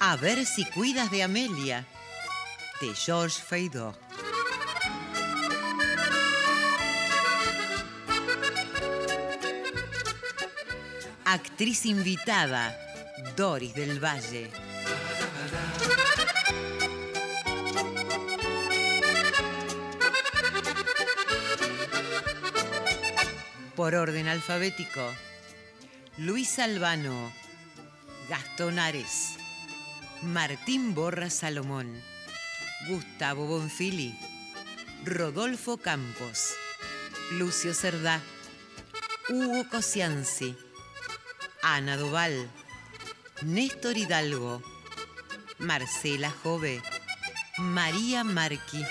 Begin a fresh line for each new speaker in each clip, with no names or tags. A ver si cuidas de Amelia, de George Feydeau. Actriz invitada, Doris del Valle. Por orden alfabético, Luis Albano, Gastón Ares. Martín Borra Salomón, Gustavo Bonfili, Rodolfo Campos, Lucio Cerdá, Hugo Cosianzi, Ana Doval, Néstor Hidalgo, Marcela Jove, María Marqui,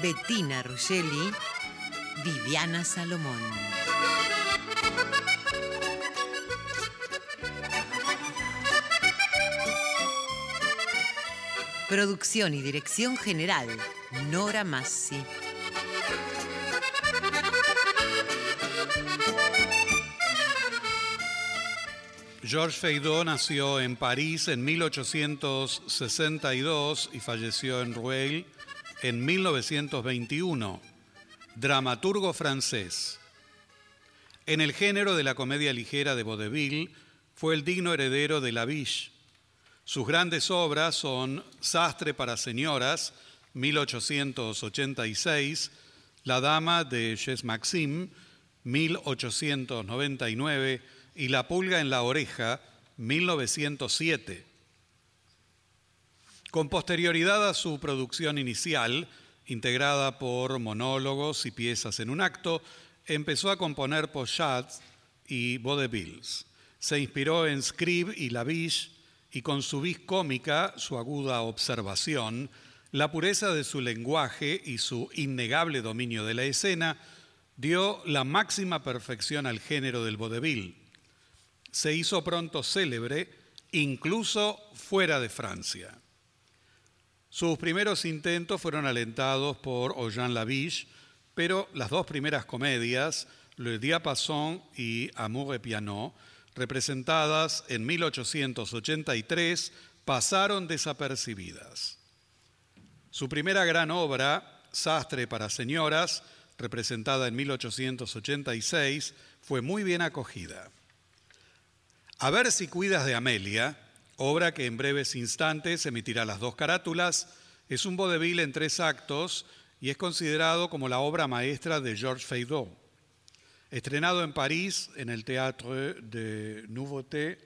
Bettina Ruggeli, Viviana Salomón. Producción y dirección general, Nora Massi.
Georges Feydeau nació en París en 1862 y falleció en Rueil en 1921. Dramaturgo francés. En el género de la comedia ligera de Vaudeville, fue el digno heredero de Laviche. Sus grandes obras son Sastre para Señoras, 1886, La Dama de Ches Maxim, 1899, y La Pulga en la Oreja, 1907. Con posterioridad a su producción inicial, integrada por monólogos y piezas en un acto, empezó a componer pochats y vaudevilles. Se inspiró en Scribe y Laviche, y con su vis cómica, su aguda observación, la pureza de su lenguaje y su innegable dominio de la escena, dio la máxima perfección al género del vodevil. Se hizo pronto célebre, incluso fuera de Francia. Sus primeros intentos fueron alentados por Eugène Laviche, pero las dos primeras comedias, Le Diapason y Amour et Piano, representadas en 1883 pasaron desapercibidas. Su primera gran obra, Sastre para Señoras, representada en 1886, fue muy bien acogida. A ver si cuidas de Amelia, obra que en breves instantes emitirá las dos carátulas, es un vodevil en tres actos y es considerado como la obra maestra de Georges Feydeau. Estrenado en París, en el Teatro de Nouveauté,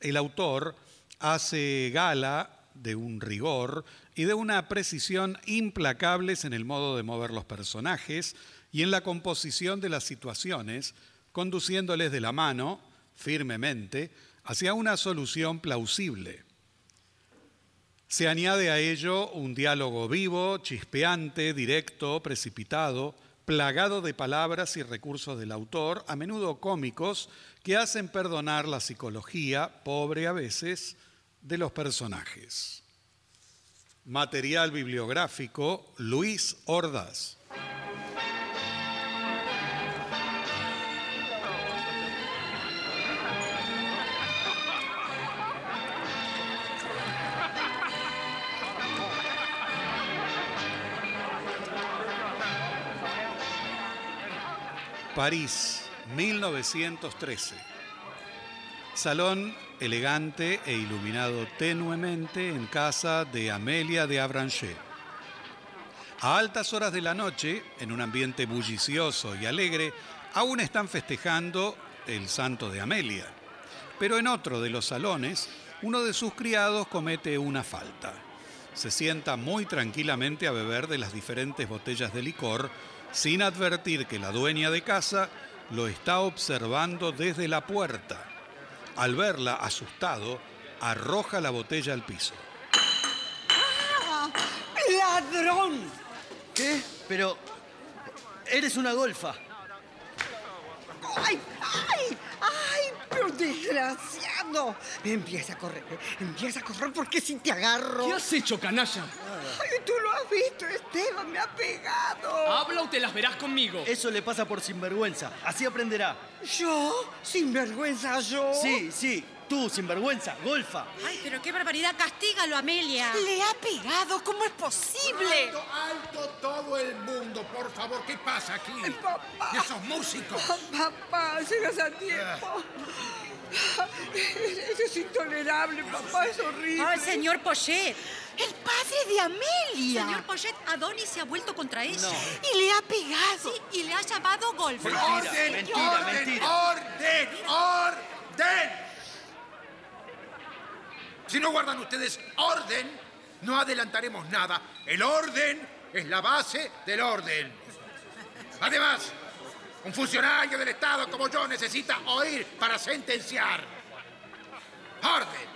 el autor hace gala de un rigor y de una precisión implacables en el modo de mover los personajes y en la composición de las situaciones, conduciéndoles de la mano, firmemente, hacia una solución plausible. Se añade a ello un diálogo vivo, chispeante, directo, precipitado, plagado de palabras y recursos del autor, a menudo cómicos, que hacen perdonar la psicología, pobre a veces, de los personajes. Material bibliográfico, Luis Ordaz. París, 1913. Salón elegante e iluminado tenuemente en casa de Amelia de Avranché. A altas horas de la noche, en un ambiente bullicioso y alegre, aún están festejando el santo de Amelia. Pero en otro de los salones, uno de sus criados comete una falta. Se sienta muy tranquilamente a beber de las diferentes botellas de licor sin advertir que la dueña de casa lo está observando desde la puerta. Al verla asustado, arroja la botella al piso.
¡Ah! ¡Ladrón!
¿Qué? Pero eres una golfa.
¡Ay, ay, ay! ¡Pero desgraciado! Empieza a correr, empieza a correr porque si te agarro.
¿Qué has hecho, canalla?
Ay, tú lo has visto, Esteban, me ha pegado.
Habla o te las verás conmigo.
Eso le pasa por sinvergüenza. Así aprenderá.
¿Yo? ¿Sinvergüenza yo?
Sí, sí, tú, sinvergüenza, golfa.
Ay, pero qué barbaridad. Castígalo, Amelia.
Le ha pegado, ¿cómo es posible?
Alto, alto todo el mundo, por favor. ¿Qué pasa aquí?
papá.
Esos músicos. Ah.
Papá, llegas a tiempo. Eso es intolerable, papá, es horrible.
Ay, señor Pochet.
El padre de Amelia.
Señor Pochet, Adonis se ha vuelto contra ella.
No.
Y le ha pegado.
Sí, y le ha llamado golfa.
¡Orden,
mentira,
orden,
mentira.
orden, orden! Si no guardan ustedes orden, no adelantaremos nada. El orden es la base del orden. Además, un funcionario del Estado como yo necesita oír para sentenciar. ¡Orden!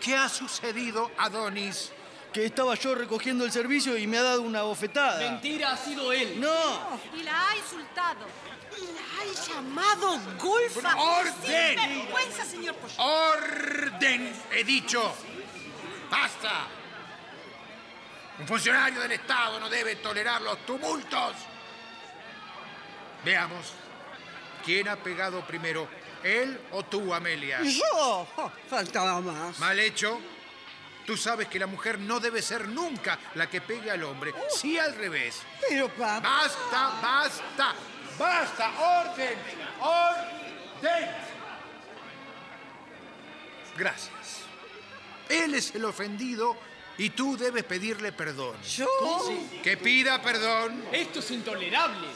¿Qué ha sucedido, Adonis?
Que estaba yo recogiendo el servicio y me ha dado una bofetada.
Mentira, ha sido él.
No,
Y la ha insultado.
La ha llamado golfa.
¡Orden!
vergüenza, señor Pochet.
¡Orden! He dicho. ¡Basta! Un funcionario del Estado no debe tolerar los tumultos. Veamos. ¿Quién ha pegado primero? ¿Él o tú, Amelia?
Yo. Oh, Faltaba más.
Mal hecho. Tú sabes que la mujer no debe ser nunca la que pegue al hombre, sí al revés.
Oh. Pero papá.
¡Basta, basta! ¡Basta! ¡Orden! ¡Orden! Gracias. Él es el ofendido y tú debes pedirle perdón.
Yo.
Que pida perdón.
Esto es intolerable.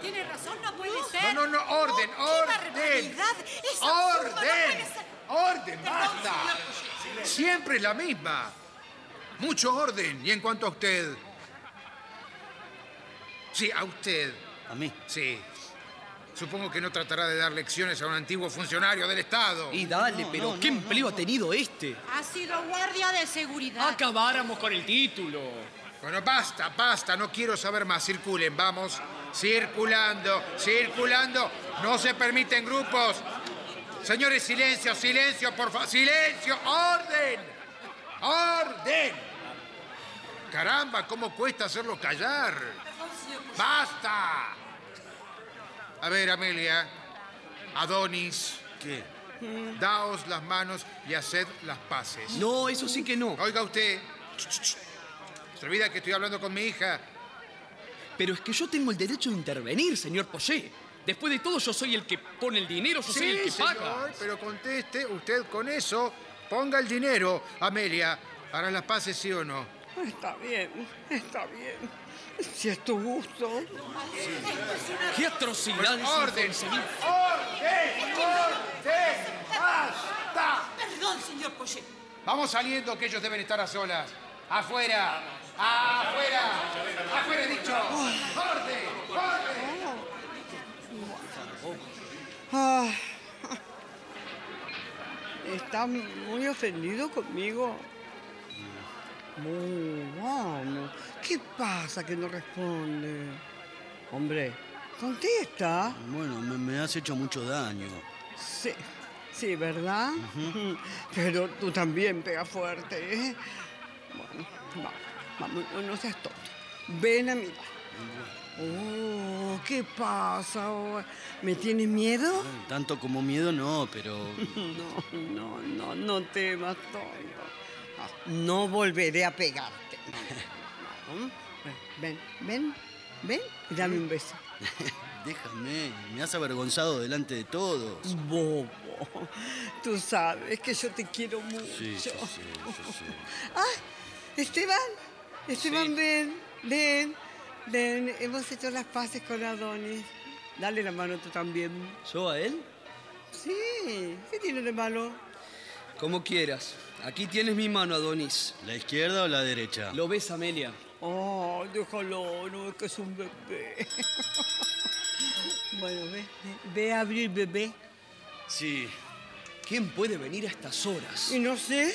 Tiene razón, no puede
No,
ser. Oh,
no, no, orden,
¡Qué
orden.
barbaridad! ¡Es absurdo, no
¡Orden!
puede ser!
¡Orden!
Perdón,
¡Basta! Siempre es la misma. Mucho orden. Y en cuanto a usted. Sí, a usted.
a mí.
Sí. Supongo que no tratará de dar lecciones a un antiguo funcionario del Estado.
Y dale,
No,
pero
no,
¿qué
no,
empleo ha tenido este?
Ha sido guardia de seguridad.
Acabáramos con el título.
Bueno, basta, basta, no quiero saber más. Circulen, vamos. Circulando, circulando. No se permiten grupos. Señores, silencio, silencio, por favor. Silencio, orden. Orden. Caramba, ¿cómo cuesta hacerlo callar? Basta. A ver, Amelia. Adonis.
¿Qué?
Daos las manos y haced las paces.
No, eso sí que no.
Oiga usted. Se olvida que estoy hablando con mi hija.
Pero es que yo tengo el derecho de intervenir, señor Poché. Después de todo, yo soy el que pone el dinero, yo soy el que
señor,
paga.
pero conteste usted con eso. Ponga el dinero, Amelia. ¿Harán las paces sí o no?
Está bien, está bien. Si es tu gusto.
¡Qué atrocidad!
¡Orden! ¡Orden! ¡Orden! ¡Basta!
Perdón, señor Poché.
Vamos saliendo, que ellos deben estar a solas. ¡Afuera! ¡Afuera! ¡Afuera he dicho! ¡Orden! ¡Orden!
Ah. Está muy ofendido conmigo. Muy vamos. ¿Qué pasa que no responde? Hombre, contesta.
Bueno, me, me has hecho mucho daño.
Sí, sí, ¿verdad? Pero tú también pega fuerte, ¿eh? Bueno, vamos, vamos, no, no seas tonto. Ven a mirar. Oh, ¿qué pasa? ahora? ¿Me tienes miedo?
Tanto como miedo no, pero...
No, no, no, no temas, tonto. Ah, No volveré a pegarte. Vamos, Ven, ven, ven y dame un beso.
Déjame, me has avergonzado delante de todos.
Bobo, tú sabes que yo te quiero mucho. Ah, Esteban, Esteban, ven, ven, ven. Hemos hecho las paces con Adonis. Dale la mano tú también.
¿Yo a él?
Sí, ¿qué tiene de malo?
Como quieras. Aquí tienes mi mano, Adonis.
¿La izquierda o la derecha?
Lo ves, Amelia.
Oh, déjalo, no es que es un bebé. bueno, ve, ve, ve a abrir bebé.
Sí.
¿Quién puede venir a estas horas?
Y no sé,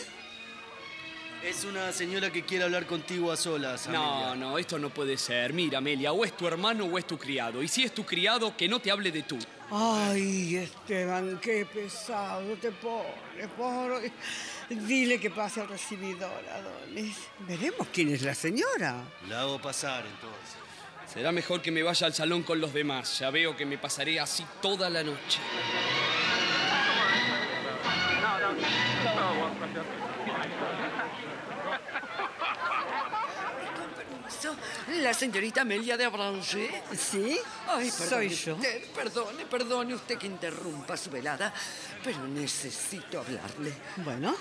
Es una señora que quiere hablar contigo a solas,
No,
Amelia.
no, esto no puede ser. Mira, Amelia, o es tu hermano o es tu criado. Y si es tu criado, que no te hable de tú.
Ay, Esteban, qué pesado te pones, pobre. Dile que pase al recibidor, Adonis. Veremos quién es la señora.
La hago pasar, entonces.
Será mejor que me vaya al salón con los demás. Ya veo que me pasaré así toda la noche.
La señorita Amelia de Abranger.
¿Sí?
Ay, perdone
soy yo.
usted, perdone, perdone usted que interrumpa su velada, pero necesito hablarle.
Bueno,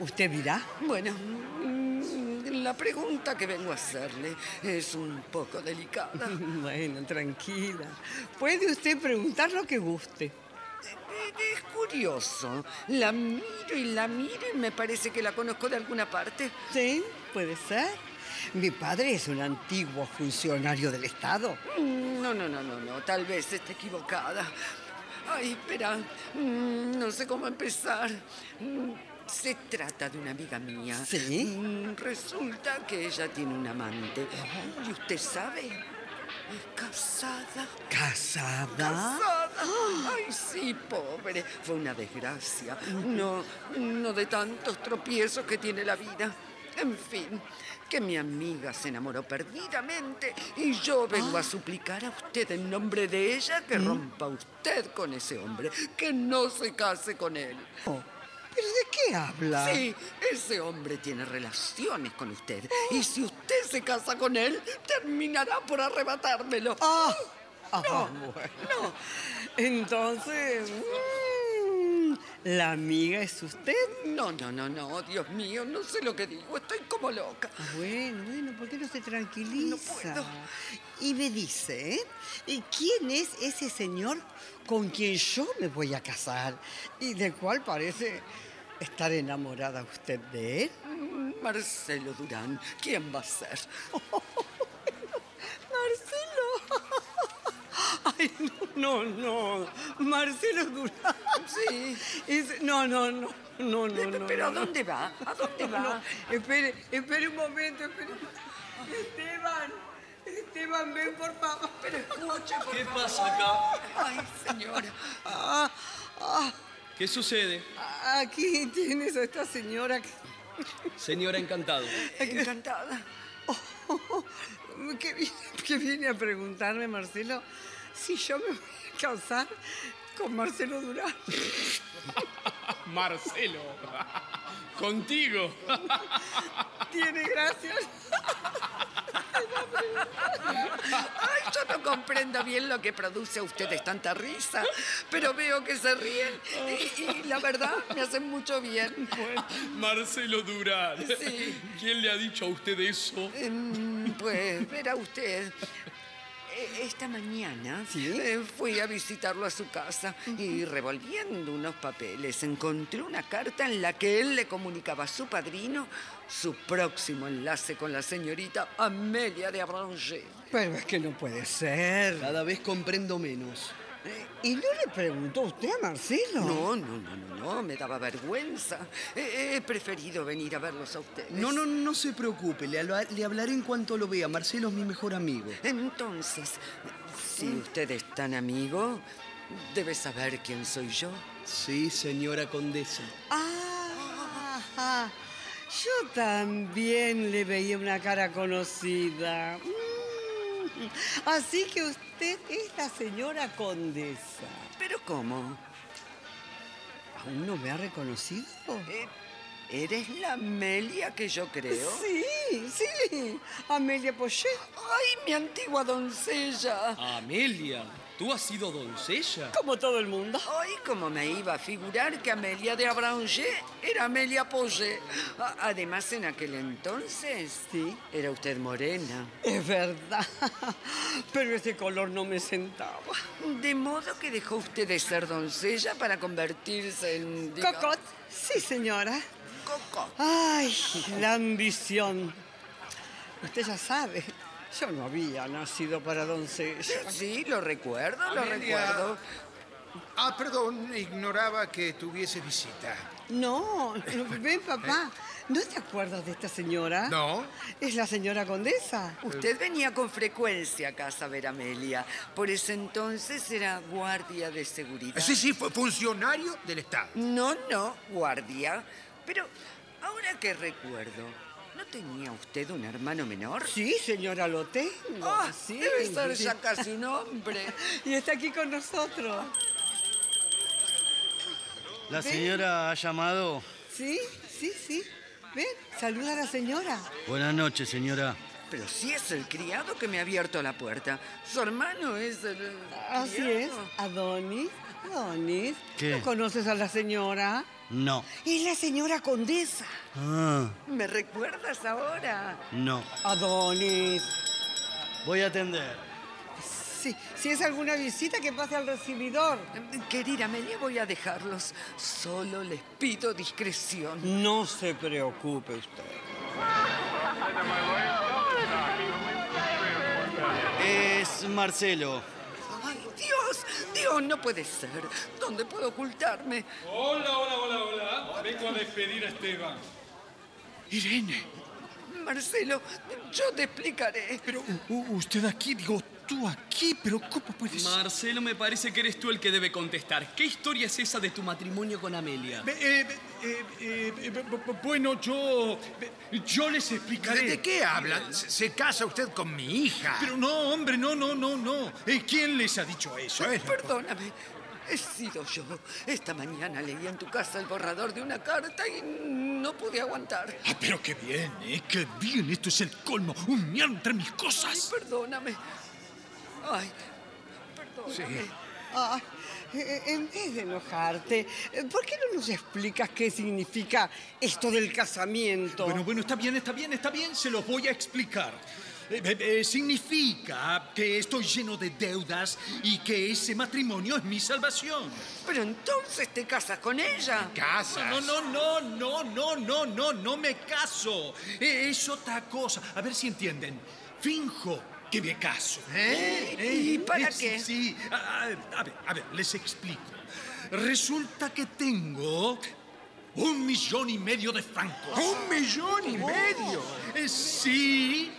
usted dirá.
Bueno, mm, la pregunta que vengo a hacerle es un poco delicada.
Bueno, tranquila. Puede usted preguntar lo que guste.
Eh, Es curioso. La miro y la miro y me parece que la conozco de alguna parte.
Sí, puede ser. Mi padre es un antiguo funcionario del Estado.
Mm, No, no, no, no, no. Tal vez esté equivocada. Ay, espera. Mm, No sé cómo empezar. Mm, Se trata de una amiga mía.
¿Sí?
Mm, Resulta que ella tiene un amante. Y usted sabe. Casada.
¿Casada?
Casada. Ay, sí, pobre. Fue una desgracia. No, no de tantos tropiezos que tiene la vida. En fin, que mi amiga se enamoró perdidamente y yo vengo
Ah.
a suplicar a usted en nombre de ella
¿Mm?
que rompa usted con ese hombre, que no se case con él.
Oh, ¿Pero de qué habla?
Sí, ese hombre tiene relaciones con usted
Oh.
y si usted se casa con él, terminará por arrebatármelo.
Ah, ah, bueno. Entonces, mm, la amiga es usted.
No, no, no, no, Dios mío, no sé lo que digo, estoy como loca.
Ah, Bueno, bueno, ¿por qué no se tranquiliza?
No puedo.
Y me dice, ¿eh? ¿Y quién es ese señor con quien yo me voy a casar y del cual parece estar enamorada usted de él?
Marcelo Durán, ¿quién va a ser?
Marcelo. Ay, no, no, no. Marcelo Durán.
Sí.
Es- no, no, no, no, no, no.
¿Pero a
no, no.
dónde va? ¿A dónde
No,
va?
espere, espere un momento, espere. Esteban, Esteban, ven por favor.
Pero escuche, por
¿Qué pasa acá?
favor. Ay, señora.
Ah, ah,
¿Qué sucede?
aquí tienes a esta señora. que-
Señora encantado.
Encantada.
Oh, que, viene, que viene a preguntarme, Marcelo, si yo me voy a casar con Marcelo Durán.
Marcelo, contigo.
Tiene gracias.
Ay, yo no comprendo bien lo que produce a ustedes tanta risa, pero veo que se ríen y, y la verdad me hacen mucho bien.
Marcelo Durán.
Sí.
¿Quién le ha dicho a usted eso?
Em, Pues verá usted. e- Esta mañana eh, fui a visitarlo a su casa y revolviendo unos papeles encontré una carta en la que él le comunicaba a su padrino su próximo enlace con la señorita Amelia de Abranger.
Pero es que no puede ser.
Cada vez comprendo menos.
Eh, ¿Y no le preguntó usted a Marcelo?
No, no, no, no, no, me daba vergüenza. Eh, He, he preferido venir a verlos a ustedes.
No, no, no se preocupe, le, habla- le hablaré en cuanto lo vea. Marcelo es mi mejor amigo.
Entonces, si usted es tan amigo, debe saber quién soy yo.
Sí, señora condesa.
Ah, yo también le veía una cara conocida. Mm, Así que usted es la señora condesa.
¿Pero cómo?
¿Aún no me ha reconocido?
Eh, ¿Eres la Amelia que yo creo?
Sí, sí, Amelia Pochet.
¡Ay, mi antigua doncella!
Amelia, ¿tú has sido doncella?
Como todo el mundo.
Ay, cómo me iba a figurar que Amelia de Abranger era Amelia Polle. A- Además, en aquel entonces,
Sí.
era usted morena.
Es verdad, pero ese color no me sentaba.
De modo que dejó usted de ser doncella para convertirse en... diga-
Cocot, sí señora.
Cocot.
Ay, la ambición. Usted ya sabe, yo no había nacido para doncella.
Sí, lo recuerdo, lo
Amelia.
recuerdo.
Ah, perdón, ignoraba que tuviese visita.
No, no, ven papá, ¿no te acuerdas de esta señora?
No.
Es la señora condesa.
Usted venía con frecuencia a casa a ver a Amelia. Por ese entonces era guardia de seguridad.
Sí, sí, fue funcionario del Estado.
No, no, guardia. Pero ahora que recuerdo, ¿no tenía usted un hermano menor?
Sí, señora, lo tengo.
Ah,
sí.
debe ser ya casi un hombre.
Y está aquí con nosotros.
La señora ha llamado.
Sí, sí, sí. Ven, saluda a la señora.
Buenas noches, señora.
Pero sí es el criado que me ha abierto la puerta. Su hermano es el... eh,
Así
criado.
es, Adonis, Adonis.
¿Qué?
¿No conoces a la señora?
No.
Es la señora condesa.
Ah,
¿Me recuerdas ahora?
no.
Adonis.
Voy a atender.
Sí, si es alguna visita que pase al recibidor.
Querida Amelia, voy a dejarlos. Solo les pido discreción.
No se preocupe usted.
Es Marcelo.
¡Ay, Dios! ¡Dios, no puede ser! ¿Dónde puedo ocultarme?
Hola, hola, hola, hola. Vengo a despedir a Esteban.
Irene,
Marcelo, yo te explicaré.
Pero Eh, u- usted aquí, digo, tú aquí, pero ¿cómo puede ser?
Marcelo, me parece que eres tú el que debe contestar. ¿Ququé historia es esa de tu matrimonio con Amelia?
Ve- eh, ve- eh, eh, eh, bu- bu- bueno, yo. ve- Yo les explicaré.
¿De qué hablan? ¿Se, se casa usted con mi hija?
Pero no, hombre, no, no, no, no. Eh, ¿Quién les ha dicho eso?
Bueno,
Perdóname, he sido yo. Esta mañana leía en tu casa el borrador de una carta y no pude aguantar.
Ah, pero qué bien, eh, qué bien. Esto es el colmo. Unión entre mis
Ay,
cosas.
perdóname. Ay, perdóname.
Ah, eh, en vez de enojarte, eh, ¿por qué no nos explicas qué significa esto del casamiento?
Bueno, bueno, está bien, está bien, está bien. Se los voy a explicar. Eh, eh, eh, significa que estoy lleno de deudas y que ese matrimonio es mi salvación.
Pero entonces te casas con ella.
casas.
No, no, no, no, no, no, no, no me caso. Eh, Es otra cosa. A ver si entienden. Finjo que me caso.
¿Eh?
Eh,
¿Y para
sí,
qué?
Sí, A, a- a ver, a ver, les explico. Resulta que tengo un millón y medio de francos.
Un millón
Oh.
y medio.
Eh, sí,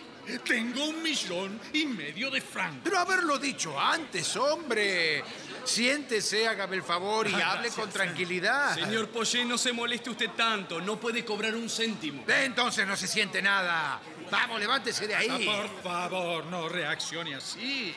tengo un millón y medio de francos.
Pero haberlo dicho antes, hombre. Siéntese, hágame el favor y hable con tranquilidad.
Señor Poyet, no se moleste usted tanto. No puede cobrar un céntimo.
Ve, Entonces no se siente nada. Vamos, levántese de ahí.
Ah, por favor, no reaccione así.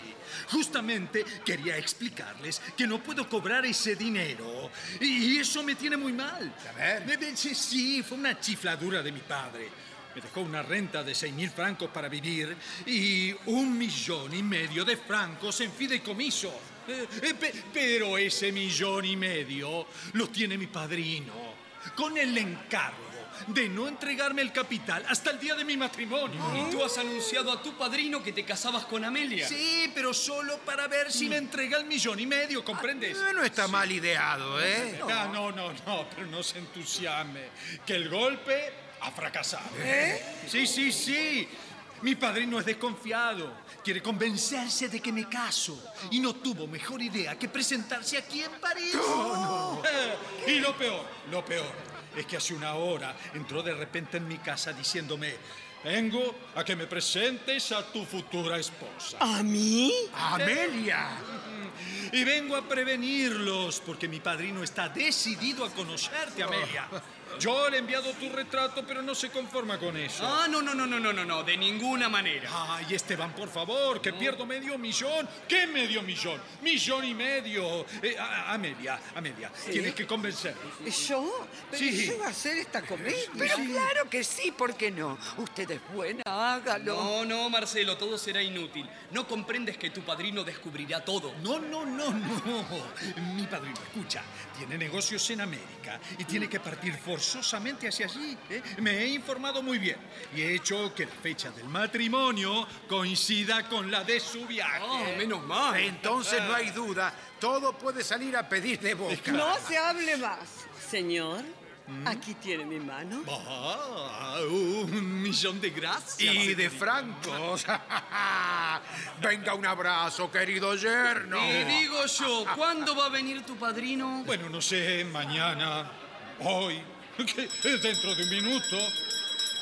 Justamente quería explicarles que no puedo cobrar ese dinero. Y eso me tiene muy mal. A ver. Sí, sí, fue una chifladura de mi padre. Me dejó una renta de seis mil francos para vivir y un millón y medio de francos en fideicomiso. Eh, eh, pe- pero ese millón y medio lo tiene mi padrino, con el encargo de no entregarme el capital hasta el día de mi matrimonio.
Y tú has anunciado a tu padrino que te casabas con Amelia.
Sí, pero solo para ver si me entrega el millón y medio, ¿comprendes?
Ah, No está mal ideado, ¿eh?
No, no, no, no, pero no se entusiasme. Que el golpe ha fracasado.
¿Eh?
Sí, sí, sí. Mi padrino es desconfiado. Quiere convencerse de que me caso. Y no tuvo mejor idea que presentarse aquí en París. Eh, Y lo peor, lo peor, es que hace una hora entró de repente en mi casa diciéndome, vengo a que me presentes a tu futura esposa.
¿A mí?
¡Amelia!
Y vengo a prevenirlos, porque mi padrino está decidido a
Este
conocerte, Amelia. Yo le he enviado tu retrato, pero no se conforma con eso.
Ah, no, no, no, no, no, no, no, de ninguna manera.
Ay, Esteban, por favor, que pierdo medio millón. ¿Qué medio millón? Millón y medio. Eh, a- a- Amelia, Amelia, tienes que convencer.
¿Yo? ¿Pero
Sí.
yo iba a hacer esta comedia?
Pero claro que sí, ¿por qué no? Usted es buena, hágalo.
No, no, Marcelo, todo será inútil. No comprendes que tu padrino descubrirá todo.
No, no, no, no. Mi padrino, escucha, tiene negocios en América y tiene que partir forzosamente hacia allí. ¿eh? Me he informado muy bien y he hecho que la fecha del matrimonio coincida con la de su viaje.
Ah, menos mal.
Entonces no hay duda, todo puede salir a pedir de boca.
No se hable más. Señor, aquí tiene mi mano.
Ah, un millón de gracias.
Y de francos. Venga un abrazo, querido yerno.
Y digo yo, ¿cuándo va a venir tu padrino?
Bueno, no sé, mañana, hoy, que- dentro de un minuto.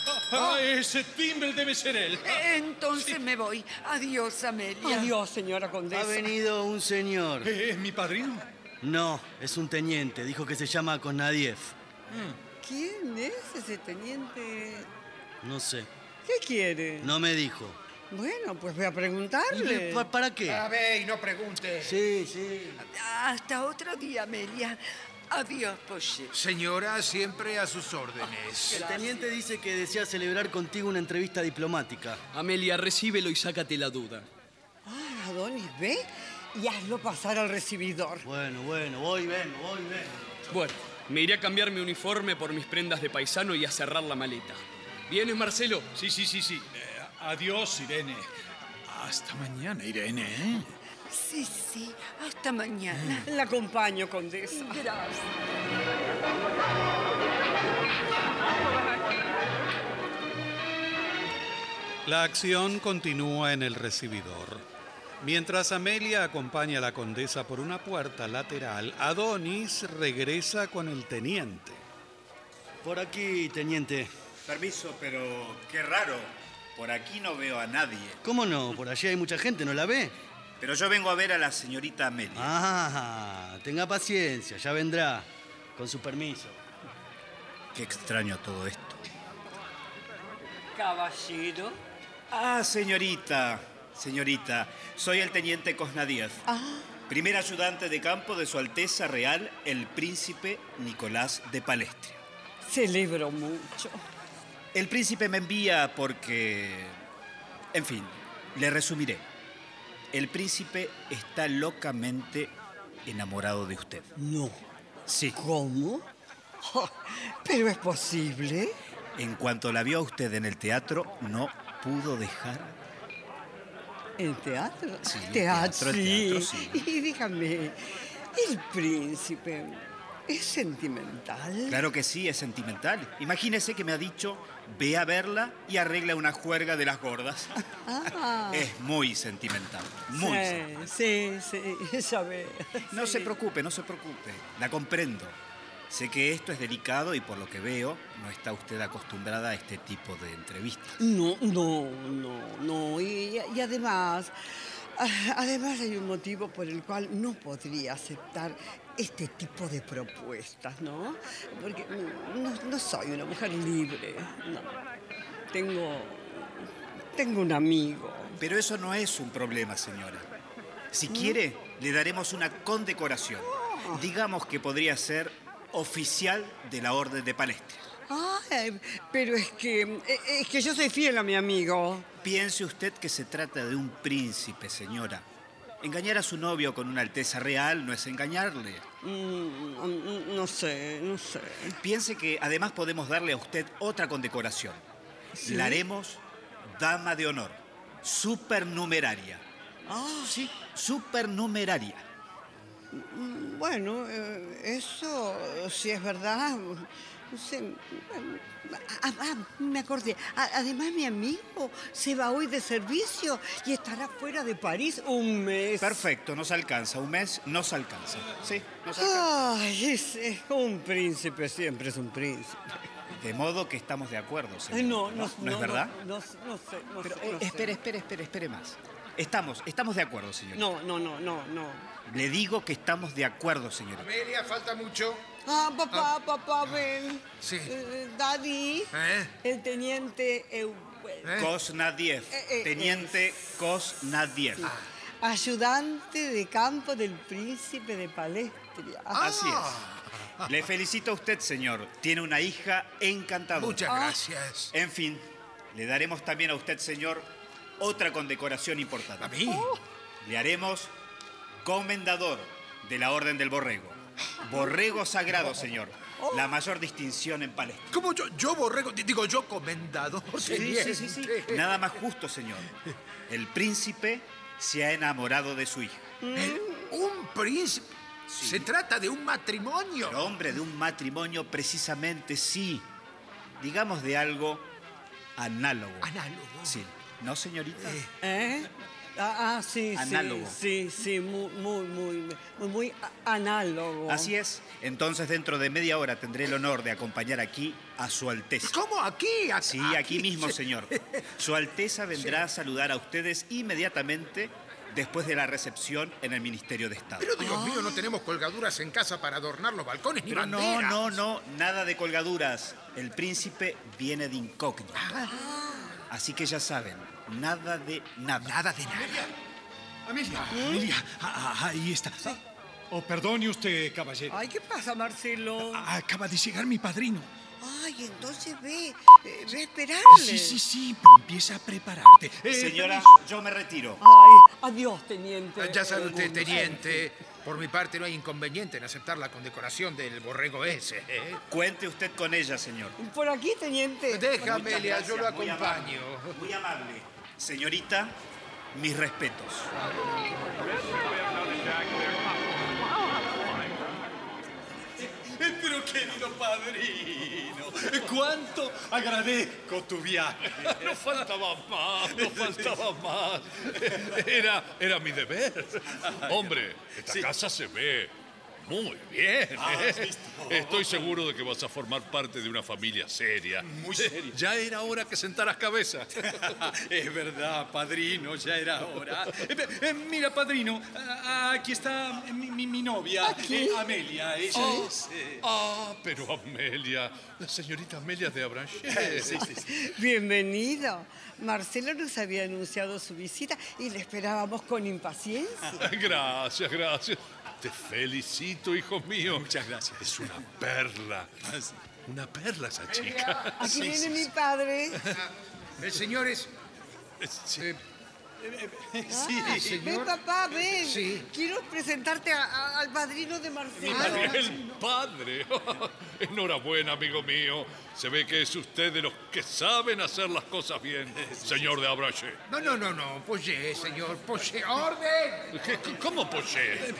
Ah, ah, ese timbre debe ser él.
Entonces me voy. Adiós, Amelia.
Adiós, señora
Ha
condesa.
venido un señor.
Eh, ¿Es mi padrino?
No, es un teniente. Dijo que se llama Kosnadiev.
¿Quién es ese teniente?
No sé.
¿Qué quiere?
No me dijo.
Bueno, pues voy a
¿Y
preguntarle. Ah,
pa- ¿Para qué?
A ver, y no pregunte.
Sí, sí.
Hasta otro día, Amelia. Adiós, Poche.
Señora, siempre a sus órdenes.
El teniente dice que desea celebrar contigo una entrevista diplomática.
Amelia, recíbelo y sácate la duda.
Ah, Adonis, ve y hazlo pasar al recibidor.
Bueno, bueno, voy, vengo, voy, vengo.
Bueno, me iré a cambiar mi uniforme por mis prendas de paisano y a cerrar la maleta. ¿Vienes, Marcelo?
Sí, sí, sí, sí. Eh, adiós, Irene. Hasta mañana, Irene. ¿eh?
Sí, sí. Hasta mañana.
La acompaño, condesa.
Gracias.
La acción continúa en el recibidor. Mientras Amelia acompaña a la condesa por una puerta lateral, Adonis regresa con el teniente.
Por aquí, teniente.
Permiso, pero qué raro. Por aquí no veo a nadie.
¿Cómo no? Por allí hay mucha gente, ¿no la ve?
Pero yo vengo a ver a la señorita Amelia.
Ah, tenga paciencia, ya vendrá. Con su permiso.
Qué extraño todo esto.
Caballero.
Ah, señorita. Señorita, soy el teniente Cosnadiev. Primer ayudante de campo de Su Alteza Real, el príncipe Nicolás de Palestria.
Celebro mucho.
El príncipe me envía porque... En fin, le resumiré. El príncipe está locamente enamorado de usted.
No.
Sí.
¿Cómo? Ja, ¿Pero es posible?
En cuanto la vio a usted en el teatro, no pudo dejar.
¿En teatro?
Sí, en
teatro,
teatro,
sí.
teatro, sí.
Y dígame, el príncipe es sentimental.
Claro que sí, es sentimental. Imagínese que me ha dicho, ve a verla y arregla una juerga de las gordas.
Ah,
Es muy sentimental, muy. sentimental.
sí, sí, sí, ya ve.
No
Sí.
se preocupe, no se preocupe. La comprendo. Sé que esto es delicado y por lo que veo, no está usted acostumbrada a este tipo de entrevistas.
No, no, no, no. Y, y además, a- además hay un motivo por el cual no podría aceptar este tipo de propuestas, ¿no? Porque no, no soy una mujer libre, no. Tengo Tengo un amigo.
Pero eso no es un problema, señora. Si quiere, le daremos una condecoración.
Oh.
Digamos que podría ser oficial de la Orden de Palestra.
Ay, pero es que, eh, es que yo soy fiel a mi amigo.
Piense usted que se trata de un príncipe, señora. Engañar a su novio con una alteza real no es engañarle.
Mm, no sé, no sé.
Piense que además podemos darle a usted otra condecoración.
¿Sí?
La haremos dama de honor, supernumeraria.
Ah,
sí, supernumeraria.
Mm, Bueno, eh, eso si es verdad. No sé. bueno, ah, ah, me acordé. A- Además, mi amigo se va hoy de servicio y estará fuera de París un mes.
Perfecto, nos alcanza. Un mes nos alcanza. Sí, nos
alcanza. Ay, ese- un príncipe siempre es un príncipe.
De modo que estamos de acuerdo, señor.
Ay, no,
¿No,
no,
¿No es verdad?
No, no- no sé, no
Pero,
sé,
eh,
no sé.
espere, espere, espere, espere más. Estamos, estamos de acuerdo, señor.
No, no, no, no, no.
Le digo que estamos de acuerdo, señor.
Amelia, falta mucho.
Ah, papá, papá, ven.
Sí.
Eh, Daddy,
¿Eh?
el teniente Eugenio.
Cosnadiev.
Eh, eh, Ah.
Teniente Cosnadiev.
Ayudante de campo del príncipe de Palestria.
Así
Ah,
Ah.
es. Le felicito a usted, señor. Tiene una hija encantadora.
Muchas Ah. gracias.
En fin, le daremos también a usted, señor, otra condecoración importante. ¿A
mí?
Le haremos comendador de la Orden del Borrego. Borrego sagrado,
Oh.
señor. La mayor distinción en Palestina.
¿Cómo yo, yo borrego? D- Digo, yo comendador.
Sí, sí, sí, sí. Nada más justo, señor. El príncipe se ha enamorado de su hija.
Mm. Un príncipe. Se trata de un matrimonio.
El hombre de un matrimonio, precisamente sí. Digamos de algo análogo.
Análogo.
Sí. ¿No, señorita?
¿Eh? Ah, ah, sí,
Análogo.
sí, sí, sí, muy, muy, muy, muy, muy a- análogo.
Así es. Entonces, dentro de media hora tendré el honor de acompañar aquí a Su Alteza.
¿Cómo? ¿Aquí? ¿Aquí?
Sí, aquí, mismo, señor. Su Alteza vendrá a saludar a ustedes inmediatamente después de la recepción en el Ministerio de Estado.
Pero Dios mío, no tenemos colgaduras en casa para adornar los balcones ni
Pero Ah. no,
banderas.
no, no, nada de colgaduras. El príncipe viene de incógnito.
Ah.
Así que ya saben, nada de nada.
Nada de nada.
Amelia, Amelia, ah, ah, ahí está. Oh, perdone usted, caballero.
Ay, ¿qué pasa, Marcelo?
Ah, Acaba de llegar mi padrino.
Ay, entonces ve, eh, ve a esperarle.
Sí, sí, sí, pero empieza a prepararte. Eh,
Señora, yo me retiro.
Ay, adiós, teniente.
Ah, Ya sabe usted,
Eugenio.
teniente, por mi parte no hay inconveniente en aceptar la condecoración del borrego ese. ¿eh?
Cuente usted con ella, señor.
Por aquí, teniente.
Deja,
Muchas
Amelia, yo lo
gracias, muy
acompaño.
amable, Muy amable. Señorita, mis respetos.
Eh, Pero querido padrino, cuánto agradezco tu viaje.
No faltaba más, no faltaba más. Era, era mi deber. Hombre, esta casa se ve muy bien.
Ah,
¿eh?
has visto.
Estoy seguro de que vas a formar parte de una familia seria. Muy seria. Ya era hora que sentaras cabeza.
Es verdad, padrino, ya era hora. Eh, eh, mira, padrino, ah, aquí está mi, mi- mi novia, eh, Amelia. Ella
Ah,
es, eh,
ah, pero Amelia, la señorita Amelia de Abranché.
Sí, sí,
Bienvenido. Marcelo nos había anunciado su visita y le esperábamos con impaciencia.
Gracias, gracias. Te felicito, hijo mío. Muchas gracias. Es una perla.
Ah,
Una perla esa chica.
Aquí
Sí,
viene
sí,
mi
sí.
padre.
Eh, señores. eh,
sí,
Ah, Ven,
señor.
papá, ven.
Sí.
Quiero presentarte a- a- al padrino de Marcelo.
El padre. Enhorabuena, amigo mío. Se ve que es usted de los que saben hacer las cosas bien,
Eh,
señor de Abrache.
No, no, no, no, Poyé, señor, Poyé, orden. Eh,
¿Cómo Poché?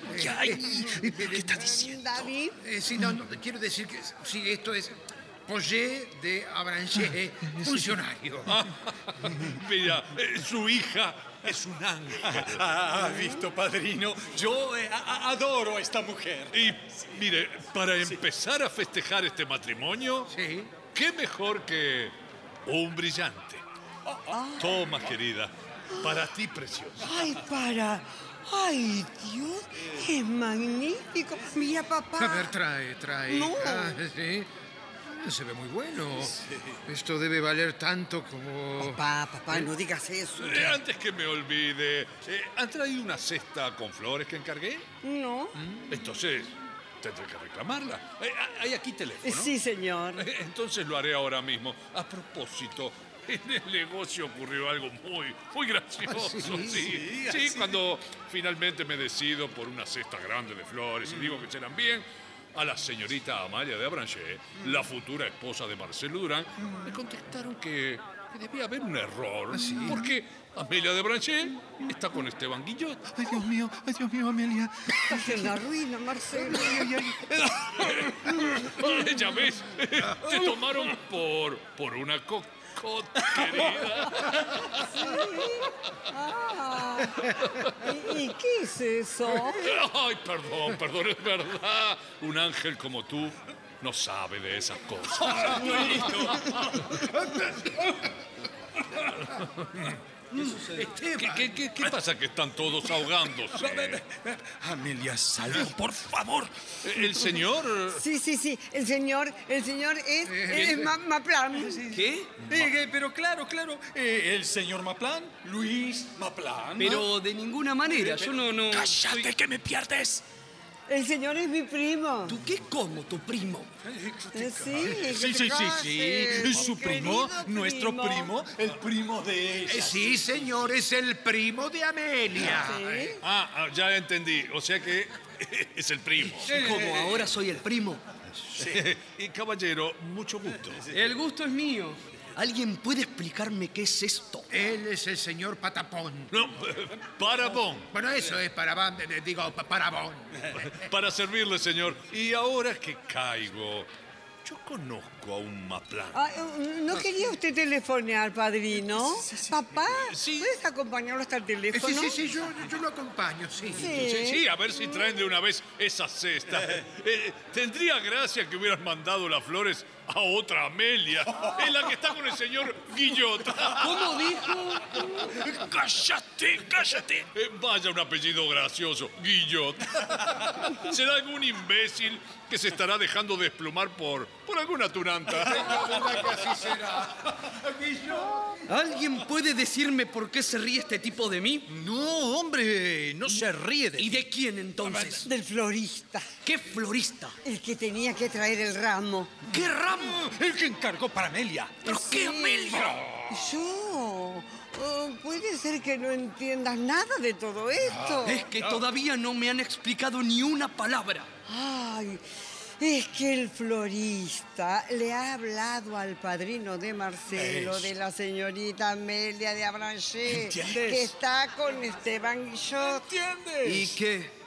¿Qué está
Eh,
diciendo? Eh,
David.
sí, no, no, quiero decir que sí, esto es Poyé de
Ah, eh,
Abranché, funcionario.
Mira, eh, su hija es un ángel.
Ah, ha visto, padrino. Yo eh, a- a- adoro a esta mujer.
Y mire, para empezar a festejar este matrimonio, qué mejor que un brillante.
Ah,
Toma, querida. Para ti, preciosa.
Ay, para. Ay, Dios, es magnífico. Mira, papá.
A ver, trae, trae.
No.
Ah, sí.
Mm, se ve muy bueno.
Sí.
Esto debe valer tanto como...
Papá, papá, no digas eso.
Eh, antes que me olvide, eh, ¿han traído una cesta con flores que encargué?
No.
¿Mm? Entonces, tendré que reclamarla. Eh, ah, hay aquí teléfono.
Sí, señor.
Eh, Entonces lo haré ahora mismo. A propósito, en el negocio ocurrió algo muy, muy gracioso.
Ah, sí,
sí,
sí,
Sí,
así.
cuando finalmente me decido por una cesta grande de flores
Mm.
y digo que serán bien. A la señorita Amalia de Abranché,
Mm.
la futura esposa de Marcelo Durán, me contestaron que, que debía haber un error.
Ah,
Porque Amelia de Abranché está con este Esteban Guillot.
Ay, Dios mío, ay, Dios mío, Amelia.
Estás en la ruina, Marcelo.
ya ves, te tomaron por, por una cocota, querida.
Ah, ¿y, y qué es eso?
Ay, perdón, perdón, es verdad. Un ángel como tú no sabe de esas cosas. ¿Qué, qué, qué- qué pasa que están todos ahogándose?
Amelia, salve, por favor. Eh,
El señor...
Sí, sí, sí. El señor, el señor es,
Eh,
es Ma- Maplan.
¿Qué? Eh, pero claro, claro. eh, el señor Maplan, Luis Maplan.
Pero de ninguna manera, yo no- no-
¡Cállate que me pierdes!
El señor es mi primo.
¿Tú qué como tu primo?
Eh, Sí,
Sí, sí, sí, sí. Es su primo, nuestro primo, el primo de ella.
Eh, Sí, señor, es el primo de Amelia.
Ah, ah, ya entendí. O sea que es el primo.
Como ahora soy el primo.
Y caballero, mucho gusto.
El gusto es mío.
¿Alguien puede explicarme qué es esto?
Él es el señor Patapón.
No, parabón.
Bueno, eso es parabón, de- de- digo, pa- parabón.
Para servirle, señor. Y ahora que caigo, yo conozco a un Maplán.
Ah, eh, ¿No quería usted telefonear, padrino? Papá, ¿puedes acompañarlo hasta el
Eh,
teléfono?
Sí, sí, sí, yo, yo lo acompaño, sí.
Sí.
Sí, sí, a ver si traen de una vez esa cesta. Eh, tendría gracia que hubieras mandado las flores a otra Amelia, en la que está con el señor Guillota.
¿Cómo dijo?
¡Cállate, cállate! Eh, vaya un apellido gracioso, Guillot. Será algún imbécil que se estará dejando desplumar por, por alguna tunanta.
¿Alguien puede decirme por qué se ríe este tipo de mí?
No, hombre, no se ríe de
¿Y de quién entonces?
Del florista,
¿Qué florista?
el que tenía que traer el ramo.
¿Qué ramo?
El que encargó para Amelia.
¿Pero qué Amelia?
Yo. oh, puede ser que no entiendas nada de todo
Ah,
esto.
Es que todavía no me han explicado ni una palabra.
Ay, es que el florista le ha hablado al padrino de Marcelo, de la señorita Amelia de Abranché,
¿Entiendes?
que está con Esteban Guillot.
¿Y qué?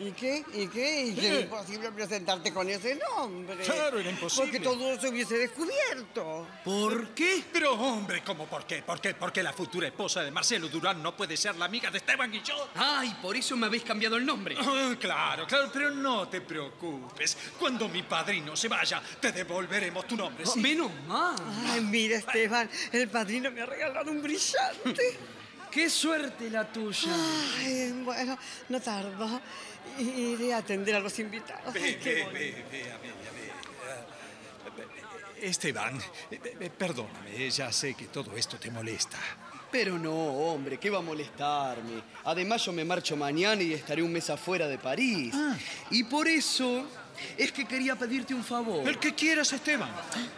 ¿Y qué? ¿Y qué? ¿Y qué? Era imposible presentarte con ese nombre.
Eh. Claro, era imposible.
Porque todo se hubiese descubierto.
¿Por qué?
Pero, hombre, ¿cómo por qué? ¿Por qué? Porque la futura esposa de Marcelo Durán no puede ser la amiga de Esteban Guillot.
Ay, por eso me habéis cambiado el nombre.
Ah, claro, claro, pero no te preocupes. Cuando mi padrino se vaya, te devolveremos tu nombre. ¿sí?
Menos mal.
Ay, mira, Esteban, el padrino me ha regalado un brillante.
Qué suerte la tuya.
Ay, bueno, no tardo. I- Iré a atender a los invitados. Ay, qué
Ve,
bonito.
ve, ve, Amelia, ve. Ah, Esteban, eh, eh, perdóname, ya sé que todo esto te molesta.
Pero no, hombre, ¿qué va a molestarme? Además, yo me marcho mañana y estaré un mes afuera de París.
Ah.
Y por eso es que quería pedirte un favor.
El que quieras, Esteban.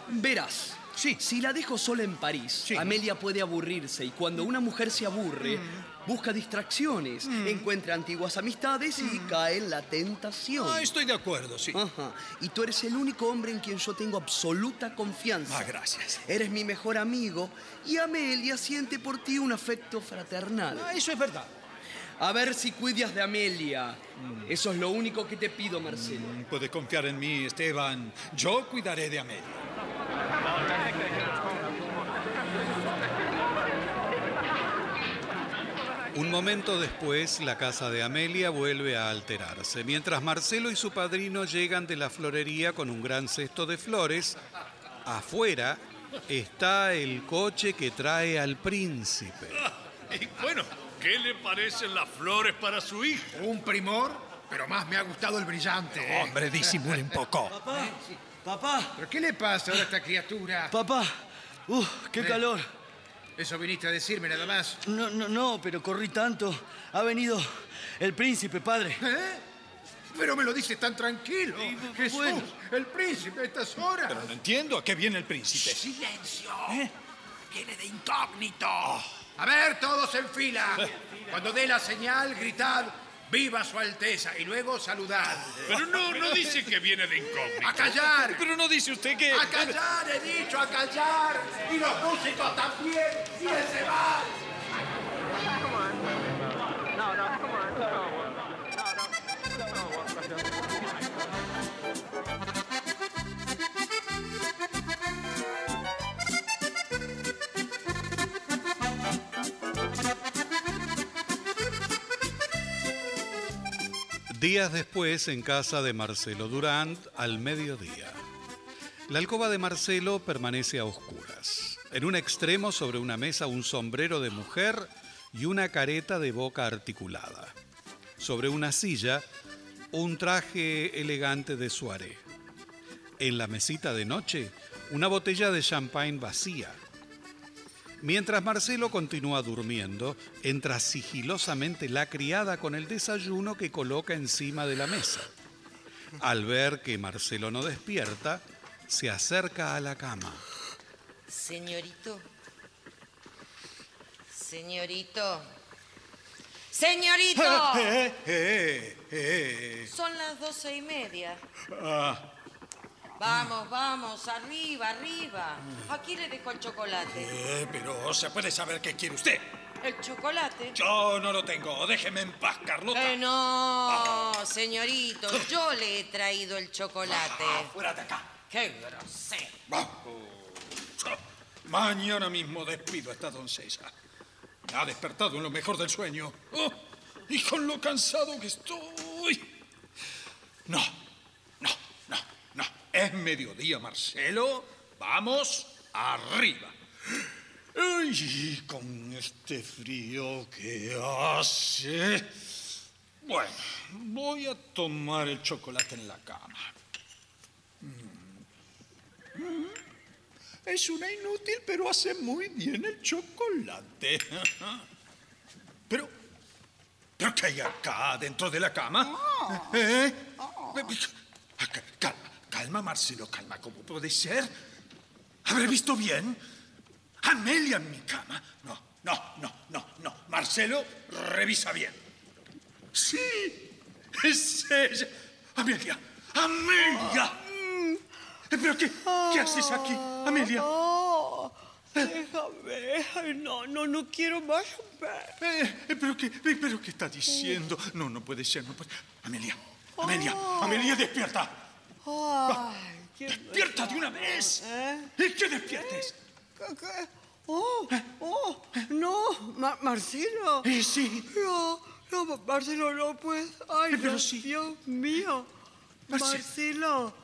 Verás.
Sí.
Si la dejo sola en París,
Sí.
Amelia puede aburrirse y cuando una mujer se aburre,
Mm.
busca distracciones,
Encuentra antiguas amistades y cae en la tentación.
Mm. Ah, estoy de acuerdo, sí.
Ajá. Y tú eres el único hombre en quien yo tengo absoluta confianza.
Ah, gracias.
Eres mi mejor amigo y Amelia siente por ti un afecto fraternal.
Ah, eso es verdad.
A ver si cuidas de Amelia. Eso es lo único que te pido, Marcelo.
Puedes Mm. confiar en mí, Esteban. Yo cuidaré de Amelia.
Un momento después, la casa de Amelia vuelve a alterarse, mientras Marcelo y su padrino llegan de la florería con un gran cesto de flores. Afuera está el coche que trae al príncipe.
Y bueno, ¿qué le parecen las flores para su hija?
Un primor, pero más me ha gustado el brillante. ¿eh?
Hombre, disimule un poco.
Papá.
¿Pero qué le pasa ahora a esta criatura?
Papá. Uf, qué
Eh.
calor.
Eso viniste a decirme nada más.
No, no, no, pero corrí tanto. Ha venido el príncipe, padre.
¿Eh? Pero me lo dices tan tranquilo. Jesús,
bueno.
el príncipe a estas horas.
Pero no entiendo a qué viene el príncipe.
¡Silencio! Viene de incógnito. ¿Eh? A ver, todos en fila. Cuando dé la señal, gritad ¡Viva Su Alteza! y luego saludad.
Pero no, no dice que viene de incógnito.
¡A callar!
Pero no dice usted que...
¡A callar, he dicho, a callar! ¡Y los músicos también! ¡Y él se va!
Días después, en casa de Marcelo Durant, al mediodía. La alcoba de Marcelo permanece a oscuras. En un extremo, sobre una mesa, un sombrero de mujer y una careta de boca articulada. Sobre una silla, un traje elegante de soirée. En la mesita de noche, una botella de champagne vacía. Mientras Marcelo continúa durmiendo, entra sigilosamente la criada con el desayuno que coloca encima de la mesa. Al ver que Marcelo no despierta, se acerca a la cama.
Señorito. Señorito. Señorito.
Ah.
Eh, eh, eh.
Son las doce y media.
Ah,
Vamos, vamos, arriba, arriba. Aquí le dejo el chocolate.
eh, pero se puede saber qué quiere usted.
¿El chocolate?
Yo no lo tengo. Déjeme en paz, Carlota.
Eh, no, señorito, yo le he traído el chocolate.
Ah, fuera de acá.
¡Qué grosero!
Mañana mismo despido a esta doncella. Me ha despertado en lo mejor del sueño. Oh, y con lo cansado que estoy. No, no, no, no. Es mediodía, Marcelo. Vamos arriba. Ay, con este frío que hace. Bueno, voy a tomar el chocolate en la cama. Mm. Es una inútil, pero hace muy bien el chocolate. Pero, ¿pero qué hay acá dentro de la cama? ¿Eh? Ah, ca- Calma, calma, Marcelo, calma. ¿Cómo puede ser? ¿Habré visto bien? Amelia en mi cama. No, no, no, no, no. Marcelo, revisa bien. Sí, es ella. Amelia, Amelia. Eh, ¿Pero qué, qué haces aquí, Amelia?
No, déjame. Ay, no, no, no quiero más
Eh, eh, ¿pero, qué, eh, ¿Pero qué está diciendo? No, no puede ser, no puede Amelia, Amelia,
Oh. Ah,
Amelia, despierta.
Ay, qué
¡Despierta de una vez!
¿Eh?
¿Y que despiertes?
¿Qué- qué? Oh, oh, no, Mar- Marcelo.
sí.
No, no, Marcelo, no puedes. Ay,
pero
no, Dios mío. Marcelo.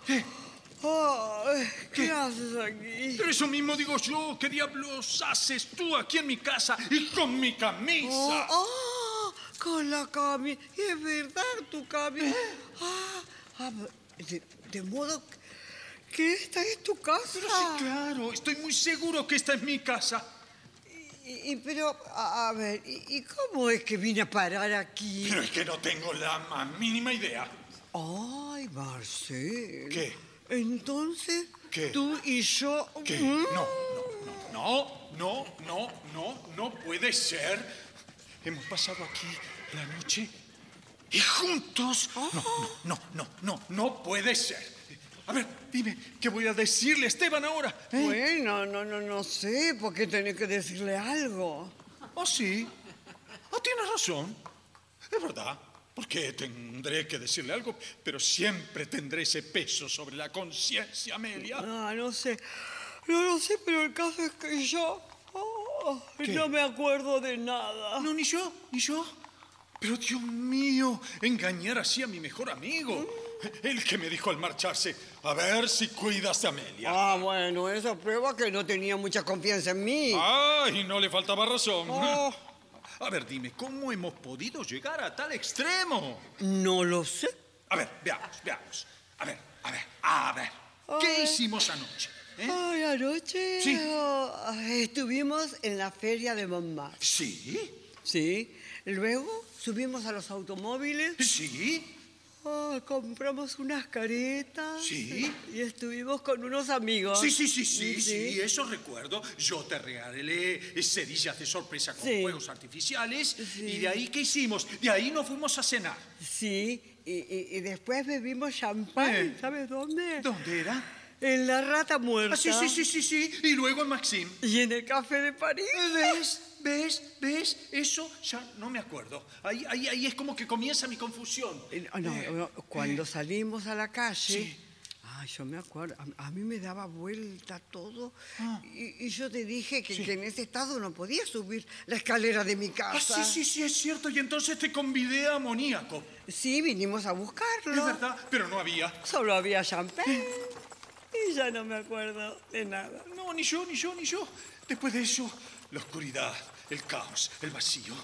Ay, ¿qué, haces aquí?
Pero eso mismo digo yo. ¿Qué diablos haces tú aquí en mi casa y con mi camisa?
Oh, ah, con la cami. Es verdad, tu cami.
¿Eh?
Ah, ah, de, de modo que esta es tu casa.
Pero sí, claro, estoy muy seguro que esta es mi casa.
Y, y- pero, a, a ver, ¿y, y cómo es que vine a parar aquí?
Pero es que no tengo la más mínima idea.
Ay, Marcel.
¿Qué?
Entonces,
¿Qué?
tú y yo...
¿Qué?
¿Mm?
No, no, no, no, no, no, no puede ser. Hemos pasado aquí la noche y juntos.
Ah.
No,
Oh.
no, no, no, no, no puede ser. A ver, dime, ¿qué voy a decirle a Esteban ahora? ¿Eh?
Bueno, no, no, no sé, porque tenés que decirle algo.
Oh, sí. Ah, tienes razón. Es verdad. Porque tendré que decirle algo, pero siempre tendré ese peso sobre la conciencia, Amelia.
Ah, no sé. No lo sé, pero el caso es que yo... oh,
¿Qué? Ah,
no me acuerdo de nada.
No, ni yo, ni yo. Pero Dios mío, engañar así a mi mejor amigo. El que me dijo al marcharse, a ver si cuidas a Amelia.
Ah, bueno, eso prueba que no tenía mucha confianza en mí.
Ay, no le faltaba razón.
Oh.
A ver, dime, ¿cómo hemos podido llegar a tal extremo?
No lo sé.
A ver, veamos, veamos. A ver, a ver, a ver. ¿Qué hicimos anoche?
Ay, anoche
¿Eh? Sí.
oh, estuvimos en la feria de Montmartre.
Sí.
Sí. Luego subimos a los automóviles. Ah,
Sí.
compramos unas caretas.
Sí.
Y estuvimos con unos amigos.
Sí, sí, sí, sí, sí, eso recuerdo. Yo te regalé cerillas de sorpresa con fuegos artificiales. ¿Y de ahí qué hicimos? De ahí nos fuimos a cenar.
Sí, y, y- y después bebimos champán,
Eh.
¿sabes dónde?
¿Dónde era?
En la rata muerta.
Ah, sí, sí, sí, sí, sí. Y luego en Maxim.
Y en el café de París.
¿Ves? ¿Ves? ¿Ves? Eso ya no me acuerdo. Ahí, ahí, ahí es como que comienza mi confusión. Eh,
Ah, no, no, cuando salimos a la calle, ay, yo me acuerdo, a, a mí me daba vuelta todo
Ah.
y, y yo te dije que, que en ese estado no podía subir la escalera de mi
Ah,
casa.
sí, sí, sí, es cierto. Y entonces te convidé a amoníaco.
Sí, vinimos a buscarlo.
Es verdad, pero no había.
Solo había champán y ya no me acuerdo de nada.
No, ni yo, ni yo, ni yo. Después de eso, la oscuridad, el caos, el vacío.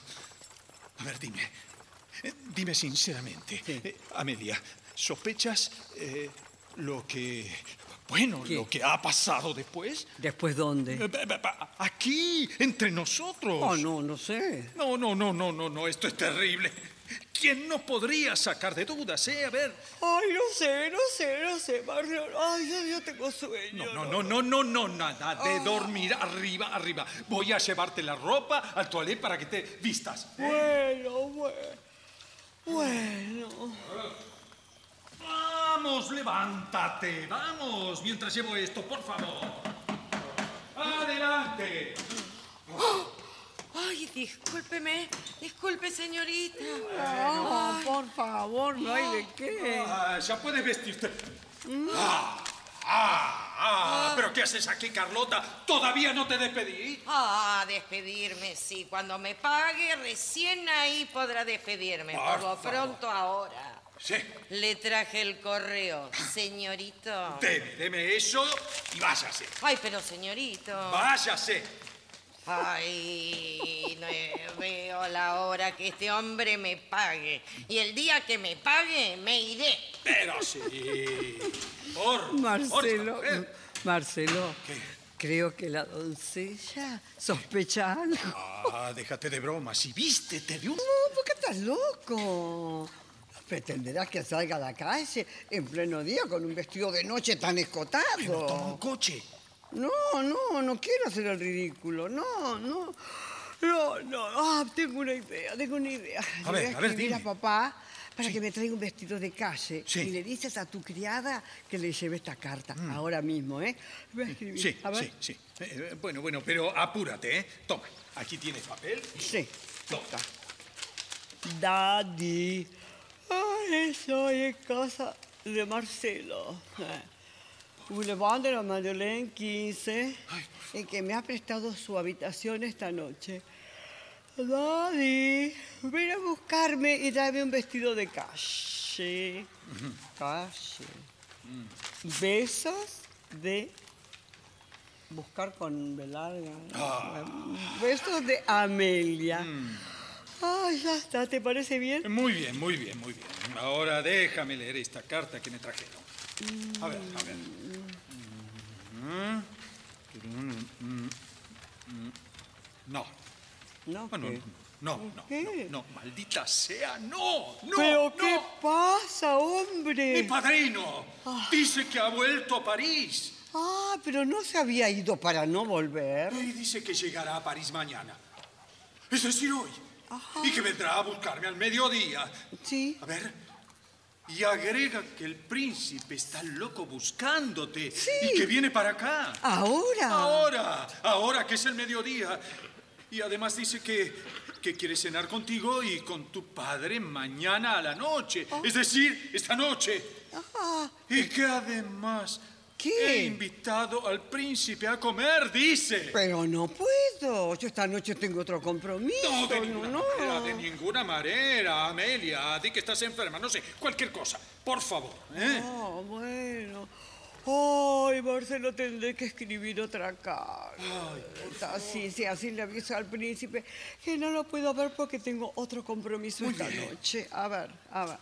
A ver, dime. eh, Dime sinceramente, eh, Amelia, ¿sospechas eh, lo que... Bueno, lo que ha pasado después? Eh,
¿Después dónde?
Aquí, entre nosotros.
Oh, no, no sé.
No, no, no, no, no, no, esto es terrible. ¿Quién nos podría sacar de dudas, eh? A ver.
Ay, no sé, no sé, no sé, Marlon. Ay, yo, yo tengo sueño.
No, no, no, no, no, nada de dormir arriba, arriba. Voy a llevarte la ropa al toilet para que te vistas.
¿Eh? Bueno, bueno. Bueno.
Vamos, levántate, vamos, mientras llevo esto, por favor. Adelante. ¡Oh!
Ay, discúlpeme, disculpe, señorita.
No,
Ay,
por favor, no hay de qué.
Ah, ya puedes vestirte. Ah, ah, ah, pero ¿qué haces aquí, Carlota? ¿Todavía no te despedí?
Ah, despedirme, sí. Cuando me pague, recién ahí podrá despedirme.
Por
Por lo
favor.
pronto ahora.
Sí.
Le traje el correo, señorito.
Deme, deme eso y váyase.
Ay, pero señorito.
Váyase.
Ay, no veo la hora que este hombre me pague. Y el día que me pague, me iré.
Pero sí. Por,
Marcelo, Marcelo, creo que la doncella sospecha algo.
Ah, déjate de bromas. Si vístete de un...
No, ¿por qué estás loco? Pretenderás que salga a la calle en pleno día con un vestido de noche tan escotado.
toma un coche.
No, no, no quiero hacer el ridículo. No, no. No, no. Ah, tengo una idea, tengo una idea. Le voy
ver, a ver,
escribir
dime.
papá para que me traiga un vestido de calle. Y le dices a tu criada que le lleve esta carta ahora mismo, ¿eh? Voy a escribir.
Mm. Sí,
a ver.
sí, sí. Eh, eh, bueno, bueno, pero apúrate, ¿eh? Toma, aquí tienes papel.
Sí.
Toma.
Daddy. Ay, soy en casa de Marcelo. Boulevard de la Madeleine 15, en que me ha prestado su habitación esta noche. Daddy, ven a buscarme y dame un vestido de calle. Calle. Besos de buscar con B larga. Besos de Amelia. Ay, ya está, ¿te parece bien?
Muy bien, muy bien, muy bien. Ahora déjame leer esta carta que me trajeron. A ver, a ver. No.
No,
Bueno,
¿qué?
no, no, no, no, maldita sea, no, no,
¿Pero
no.
qué pasa, hombre?
Mi padrino
eh,
dice que ha vuelto a París.
Ah, pero no se había ido para no volver.
Y dice que llegará a París mañana. Es decir, hoy. Y que vendrá a buscarme al mediodía.
Sí.
A ver. Y agrega que el príncipe está loco buscándote. Y que viene para acá.
¿Ahora?
Ahora. Ahora que es el mediodía. Y además dice que, que quiere cenar contigo y con tu padre mañana a la noche.
Oh.
Es decir, esta noche.
Ah,
Y que además he invitado al príncipe a comer, dice.
pero no puedo. Yo esta noche tengo otro compromiso.
No, de
no,
ninguna
no.
manera, Ah, de ninguna manera, Amelia. Di que estás enferma, no sé, cualquier cosa. Por favor. ¿eh?
No, Ah, bueno. Ay, Marcelo, tendré que escribir otra carta. Así, sí, así le aviso al príncipe que no lo puedo ver porque tengo otro compromiso esta noche. A ver, a ver.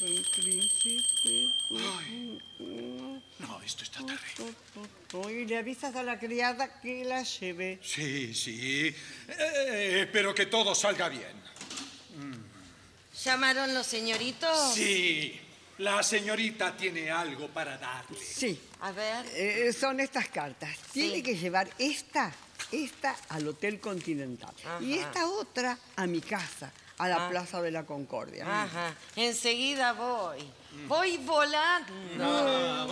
El príncipe.
No, esto está terrible.
Y le avisas a la criada que la lleve.
Sí, sí. Eh, espero que todo salga bien. Mm.
¿Llamaron los
Oh.
señoritos?
Sí, la señorita tiene algo para darle.
Sí.
A ver.
Eh, son estas cartas. Tiene que llevar esta, esta al Hotel Continental. Y
Ajá.
esta otra a mi casa, a la
Ah.
Plaza de la Concordia.
Ajá, enseguida voy. Voy volando.
Mm. Ah,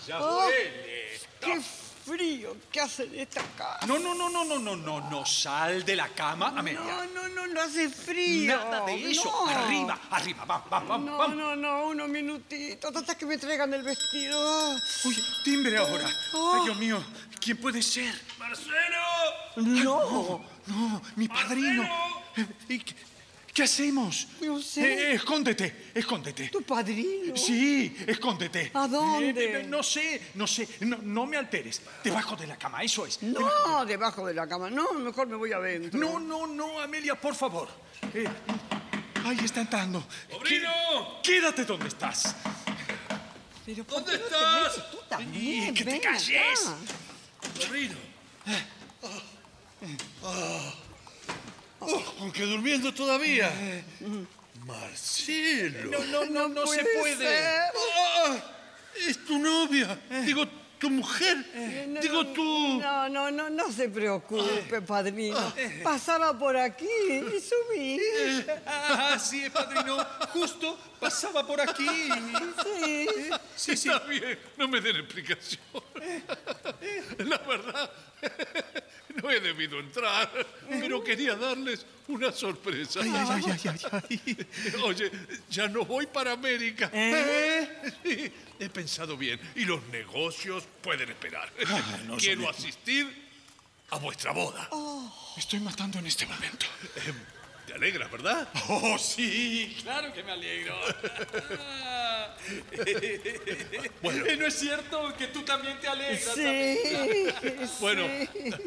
vaya,
Oh,
huele.
¡Qué frío que hace en esta casa!
No, no, no, no, no, no, no, no, sal de la cama a media.
No, no, no, no hace frío.
Nada de eso.
No.
Arriba, arriba, vamos, vamos, vamos.
No,
vamos.
no, no, unos minutitos, hasta que me traigan el vestido.
Uy, timbre ahora.
Oh.
Ay, Dios mío, ¿quién puede ser? No, no, mi padrino. Eh, ¿y qué, qué hacemos?
No sé.
Eh, eh, escóndete, escóndete.
¿Tu padrino?
Sí, escóndete.
¿A dónde?
Eh, eh, no sé, no sé, no, no me alteres. Debajo de la cama, eso es.
No, debajo de la cama. No, mejor me voy adentro.
No, no, no, Amelia, por favor. Eh, ahí está entrando. ¡Sobrino! Quédate donde estás.
Pero ¿por
¿Dónde
qué no te
estás?
metes Tú también.
Y que te
ven
calles.
acá.
Sobrino.
Ah. Oh, aunque durmiendo todavía. Marcelo.
No, no, no, Eh. no se puede. Oh,
Ah, es tu novia. Digo, tu mujer.
Eh, No,
Digo,
no,
tu...
No, no, no, no se preocupe, padrino. Pasaba por aquí y subí.
Ah, sí, padrino. Justo pasaba por aquí.
Sí.
Sí, sí.
Está bien, no me den explicación. La verdad, no he debido entrar, pero quería darles una sorpresa. Oye, ya no voy para América.
¿Eh?
Sí, he pensado bien. Y los negocios pueden esperar.
Ah, no,
Quiero
Sonia.
asistir a vuestra boda.
Oh.
Em,
Me estoy matando en este momento.
Te alegras, ¿verdad?
Oh, sí.
Claro que me alegro.
Ah.
Bueno.
Eh,
¿No es cierto que tú también te alegras?
Sí.
Bueno,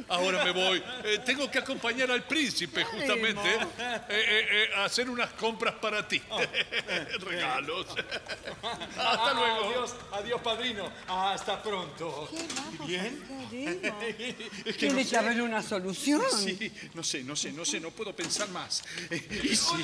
ahora me voy. Eh, tengo que acompañar al príncipe, justamente,
Ánimo.
eh, eh, eh, a hacer unas compras para ti.
Oh, eh,
Regalos.
Ah,
Hasta luego.
Adiós, adiós, padrino. Hasta pronto.
¿Bien? Es
Tiene que haber una solución.
Sí, no sé, no sé, no sé, no puedo pensar más. Eh, y sí.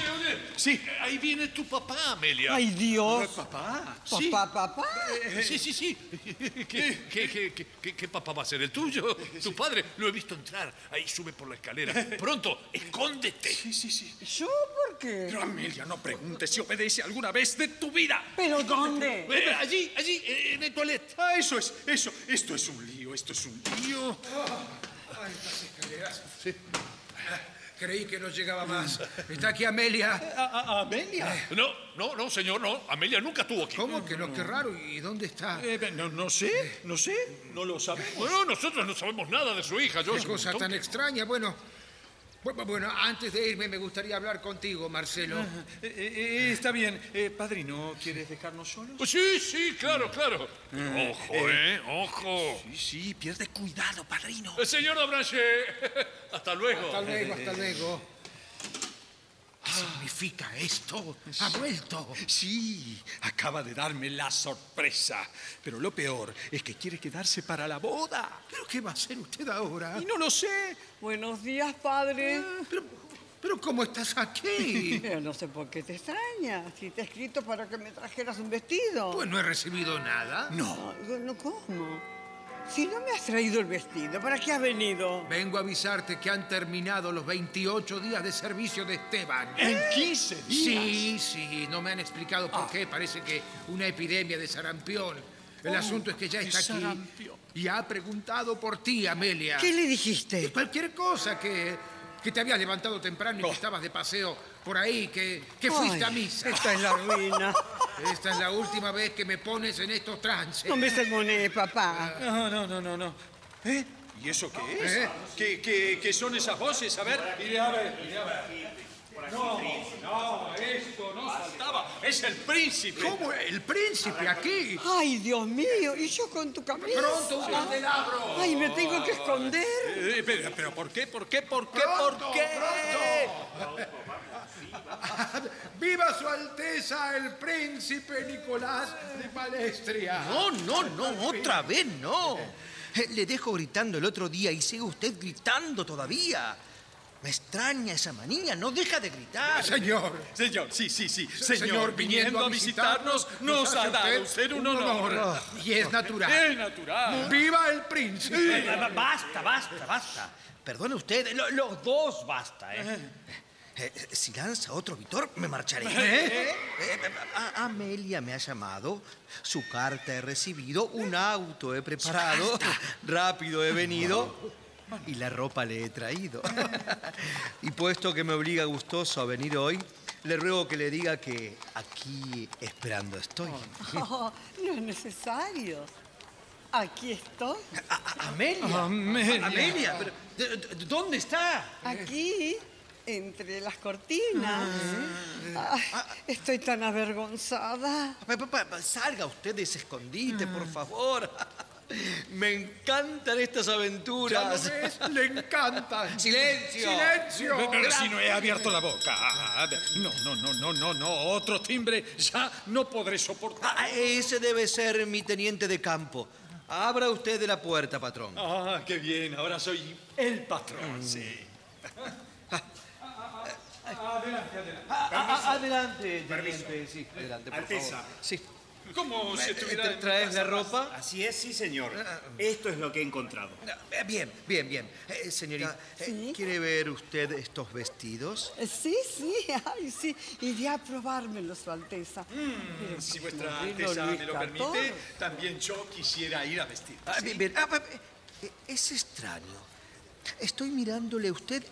Sí.
Ahí viene tu papá, Amelia.
Ay, Dios. Pues,
Papá.
Sí.
Papá, papá.
Eh, Sí, sí, sí. ¿Qué, qué- qué- qué- qué- qué papá va a ser el tuyo? Tu padre. Lo he visto entrar. Ahí sube por la escalera. Pronto, escóndete.
Sí, sí, sí.
¿Yo por qué?
Pero Amelia, no preguntes si obedece alguna vez de tu vida.
¿Pero dónde?
Eh, allí, allí, eh, en el toilet. Ah, eso es, eso. Esto es un lío, esto es un lío.
Ay, las escaleras. Creí que no llegaba más. Está aquí Amelia.
¿Amelia?
No, no, no, señor, no. Amelia nunca estuvo aquí.
¿Cómo que no? Qué raro. ¿Y dónde está?
Eh, no, no sé, no sé. No lo sabemos.
Bueno, nosotros no sabemos nada de su hija, yo
Qué cosa tan extraña. Bueno, bueno, bueno, antes de irme me gustaría hablar contigo, Marcelo.
Eh, eh, eh, está bien. Eh, padrino, ¿quieres dejarnos solos?
Pues sí, sí, claro, claro. Pero Ojo,
Eh,
¿eh? Ojo.
Sí, sí, pierde cuidado, padrino.
Eh, Señor Abranche, hasta luego.
Hasta luego, hasta luego.
Eh,
¿Qué significa esto? Ha vuelto.
Ah. Sí, acaba de darme la sorpresa. Pero lo peor es que quiere quedarse para la boda.
¿Pero qué va a hacer usted ahora?
Y no lo sé.
Buenos días, padre.
¿Pero cómo estás aquí?
Pero no sé por qué te extrañas. Si te he escrito para que me trajeras un vestido.
Pues no he recibido nada.
No. no, ¿Cómo? Si no me has traído el vestido, ¿para qué has venido?
Vengo a avisarte que han terminado los 28 días de servicio de Esteban.
¿En 15 días? Ah.
Sí, sí, no me han explicado por qué. Parece que una epidemia de sarampión. El
Oh,
asunto es que ya
de
está aquí
sarampión.
y ha preguntado por ti, Amelia.
¿Qué le dijiste?
Cualquier cosa que, eh, que te habías levantado temprano
Oh.
y que estabas de paseo por ahí, que, que fuiste
Ay,
a misa.
Esta es la ruina.
Esta es la última vez que me pones en estos trances.
No me sermoné, papá.
No, no, no, no, no. ¿Eh? ¿Y eso qué es?
¿Eh?
¿Qué, qué- qué son esas voces? A ver, iré a ver, iré a ver.
No,
no, esto no faltaba. Es el príncipe.
¿Cómo? ¿El príncipe aquí?
Ay, Dios mío, y yo con tu camisa. Ah.
Pronto, un candelabro.
Ay, me tengo que esconder.
Eh, pero, pero ¿por qué? ¿Por qué? ¿Por qué? ¿Por qué?
¡Viva su Alteza el Príncipe Nicolás de Palestria!
No, no, no, otra vez no. Eh, Le dejo gritando el otro día y sigue usted gritando todavía. Me extraña esa manía, no deja de gritar.
Señor.
Señor, sí, sí, sí.
Se-
Señor,
señor,
viniendo a visitarnos, nos ha
hace
dado
usted
usted un
un
honor.
honor.
Ah.
Y es natural.
Es natural.
¡Viva el príncipe!
Eh, Ba- ba- Basta, basta, basta. Perdone usted, lo- los dos basta, ¿eh? Eh, eh, si lanza otro Vitor, me marcharé.
¿Eh?
Eh, eh, a- Amelia me ha llamado, su carta he recibido, un auto he preparado, rápido he venido y la ropa le he traído. y puesto que me obliga gustoso a venir hoy, le ruego que le diga que aquí esperando estoy.
Oh, no es necesario. Aquí estoy.
Ah,
Ah,
Amelia.
Amelia.
Amelia, pero ¿d- d- ¿dónde está?
Aquí, entre las cortinas. Ay, estoy tan avergonzada.
Pa- pa- pa- pa- Salga usted de ese escondite, por
Mm.
favor. Me encantan estas aventuras.
Ya lo ves, le encantan.
¡Silencio!
¡Silencio!
Pero, pero si no he abierto la boca. No, no, no, no, no, no. Otro timbre. Ya no podré soportar.
Ah, ese debe ser mi teniente de campo. Abra usted de la puerta, patrón.
Ah, qué bien. Ahora soy el
Mm.
patrón. Sí.
Adelante, adelante.
Ah, adelante, teniente. Sí, adelante, por
Alteza.
favor. Sí. Eh,
¿Cómo se tuviera en mi
¿Traes la
casa más?
ropa? Ah,
Así es, sí, señor. Esto es lo que he encontrado.
Eh, Bien, bien, bien. Eh, señorita, eh, ¿quiere ver usted estos vestidos?
Eh, Sí, sí, ay, sí. Iré a probármelos, Su Alteza. Pero
Si
pues,
vuestra
no vino
alteza
Luis
me lo
XIV.
permite, también yo quisiera ir a vestir.
Ah, bien, bien. Ah, pa- eh, es extraño. Estoy mirándole a usted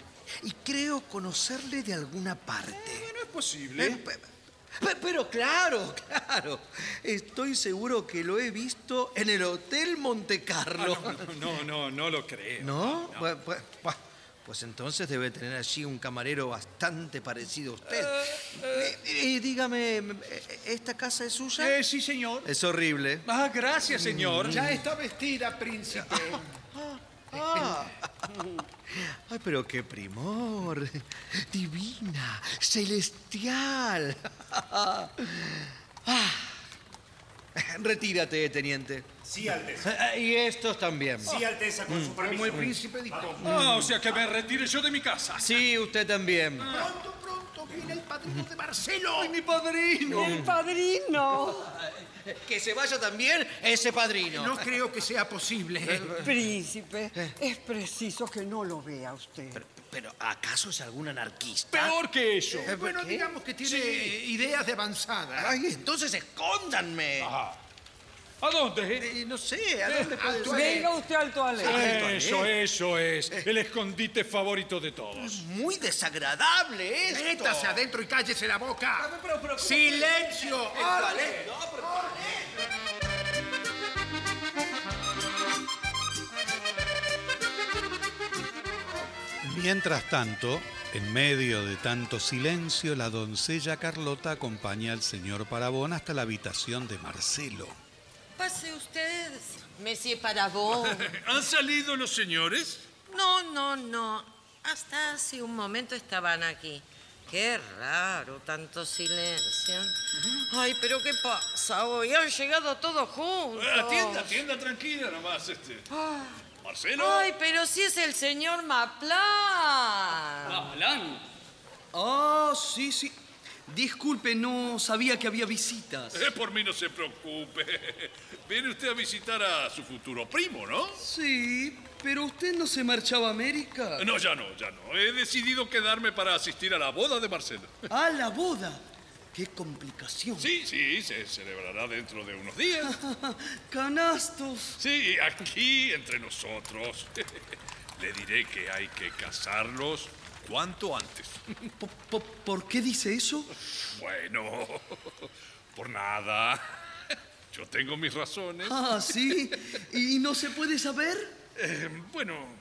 y creo conocerle de alguna parte.
Eh,
Eh,
No es posible.
Pe- Pero claro, claro. Estoy seguro que lo he visto en el Hotel Monte Carlo.
Ah, no, no, no, no lo creo.
¿No? Pues, pues- pues- pues entonces debe tener allí un camarero bastante parecido a usted. Eh, eh, dígame, eh, ¿esta casa es suya?
Eh, sí, señor.
Es horrible. Mm.
Ah, gracias, señor.
Ya está vestida, príncipe.
Ah. Ay, pero qué primor. Divina, celestial. Ah. Retírate, teniente.
Sí, Alteza.
Ah, Y estos también.
Sí, Alteza,
Mm.
con su permiso.
Como el príncipe disponga.
Ah, o sea que me retire yo de mi casa.
Sí, usted también.
Ah. Pronto, pronto viene el padrino de Marcelo.
mi padrino! Eh,
¡El padrino!
Que se vaya también ese padrino.
No creo que sea posible. Eh.
Príncipe, es preciso que no lo vea usted.
Pero, ¿acaso es algún anarquista?
Peor que eso.
Eh,
Bueno,
¿qué?
digamos que tiene
Sí.
ideas de avanzada.
Ay, entonces escóndanme.
¿A dónde?
Eh, no sé, ¿a dónde puede ser? Eh.
Venga usted al toalete.
Eso, eso es. El escondite favorito de todos.
Muy desagradable esto.
Métase adentro y cállese la boca. ¡Silencio! Ah. ¡Orden!
Mientras tanto, en medio de tanto silencio, la doncella Carlota acompaña al señor Parabón hasta la habitación de Marcelo.
Pase ustedes, Monsieur Parabón.
¿Han salido los señores?
No, no, no. Hasta hace un momento estaban aquí. Qué raro, tanto silencio. Ay, pero ¿qué pasa hoy? Han llegado todos juntos. Ah.
Eh, Atienda, atienda tranquila nomás. Este. Marcelo.
Ay, pero si es el señor Maplán.
Ah, sí, sí. Disculpe, no sabía que había visitas.
Eh, por mí no se preocupe. Viene usted a visitar a su futuro primo, ¿no?
Sí, pero usted no se marchaba a América.
Eh,
Eh,
No, ya no, ya no. He decidido quedarme para asistir a la boda de Marcelo.
Ah, la boda. Qué complicación.
Sí, sí, se celebrará dentro de unos días.
Canastos.
Sí, aquí entre nosotros. Le diré que hay que casarlos cuanto antes.
Po- po- ¿Por qué dice eso?
Bueno, por nada. Yo tengo mis razones.
Ah, sí. ¿Y no se puede saber?
Eh, bueno,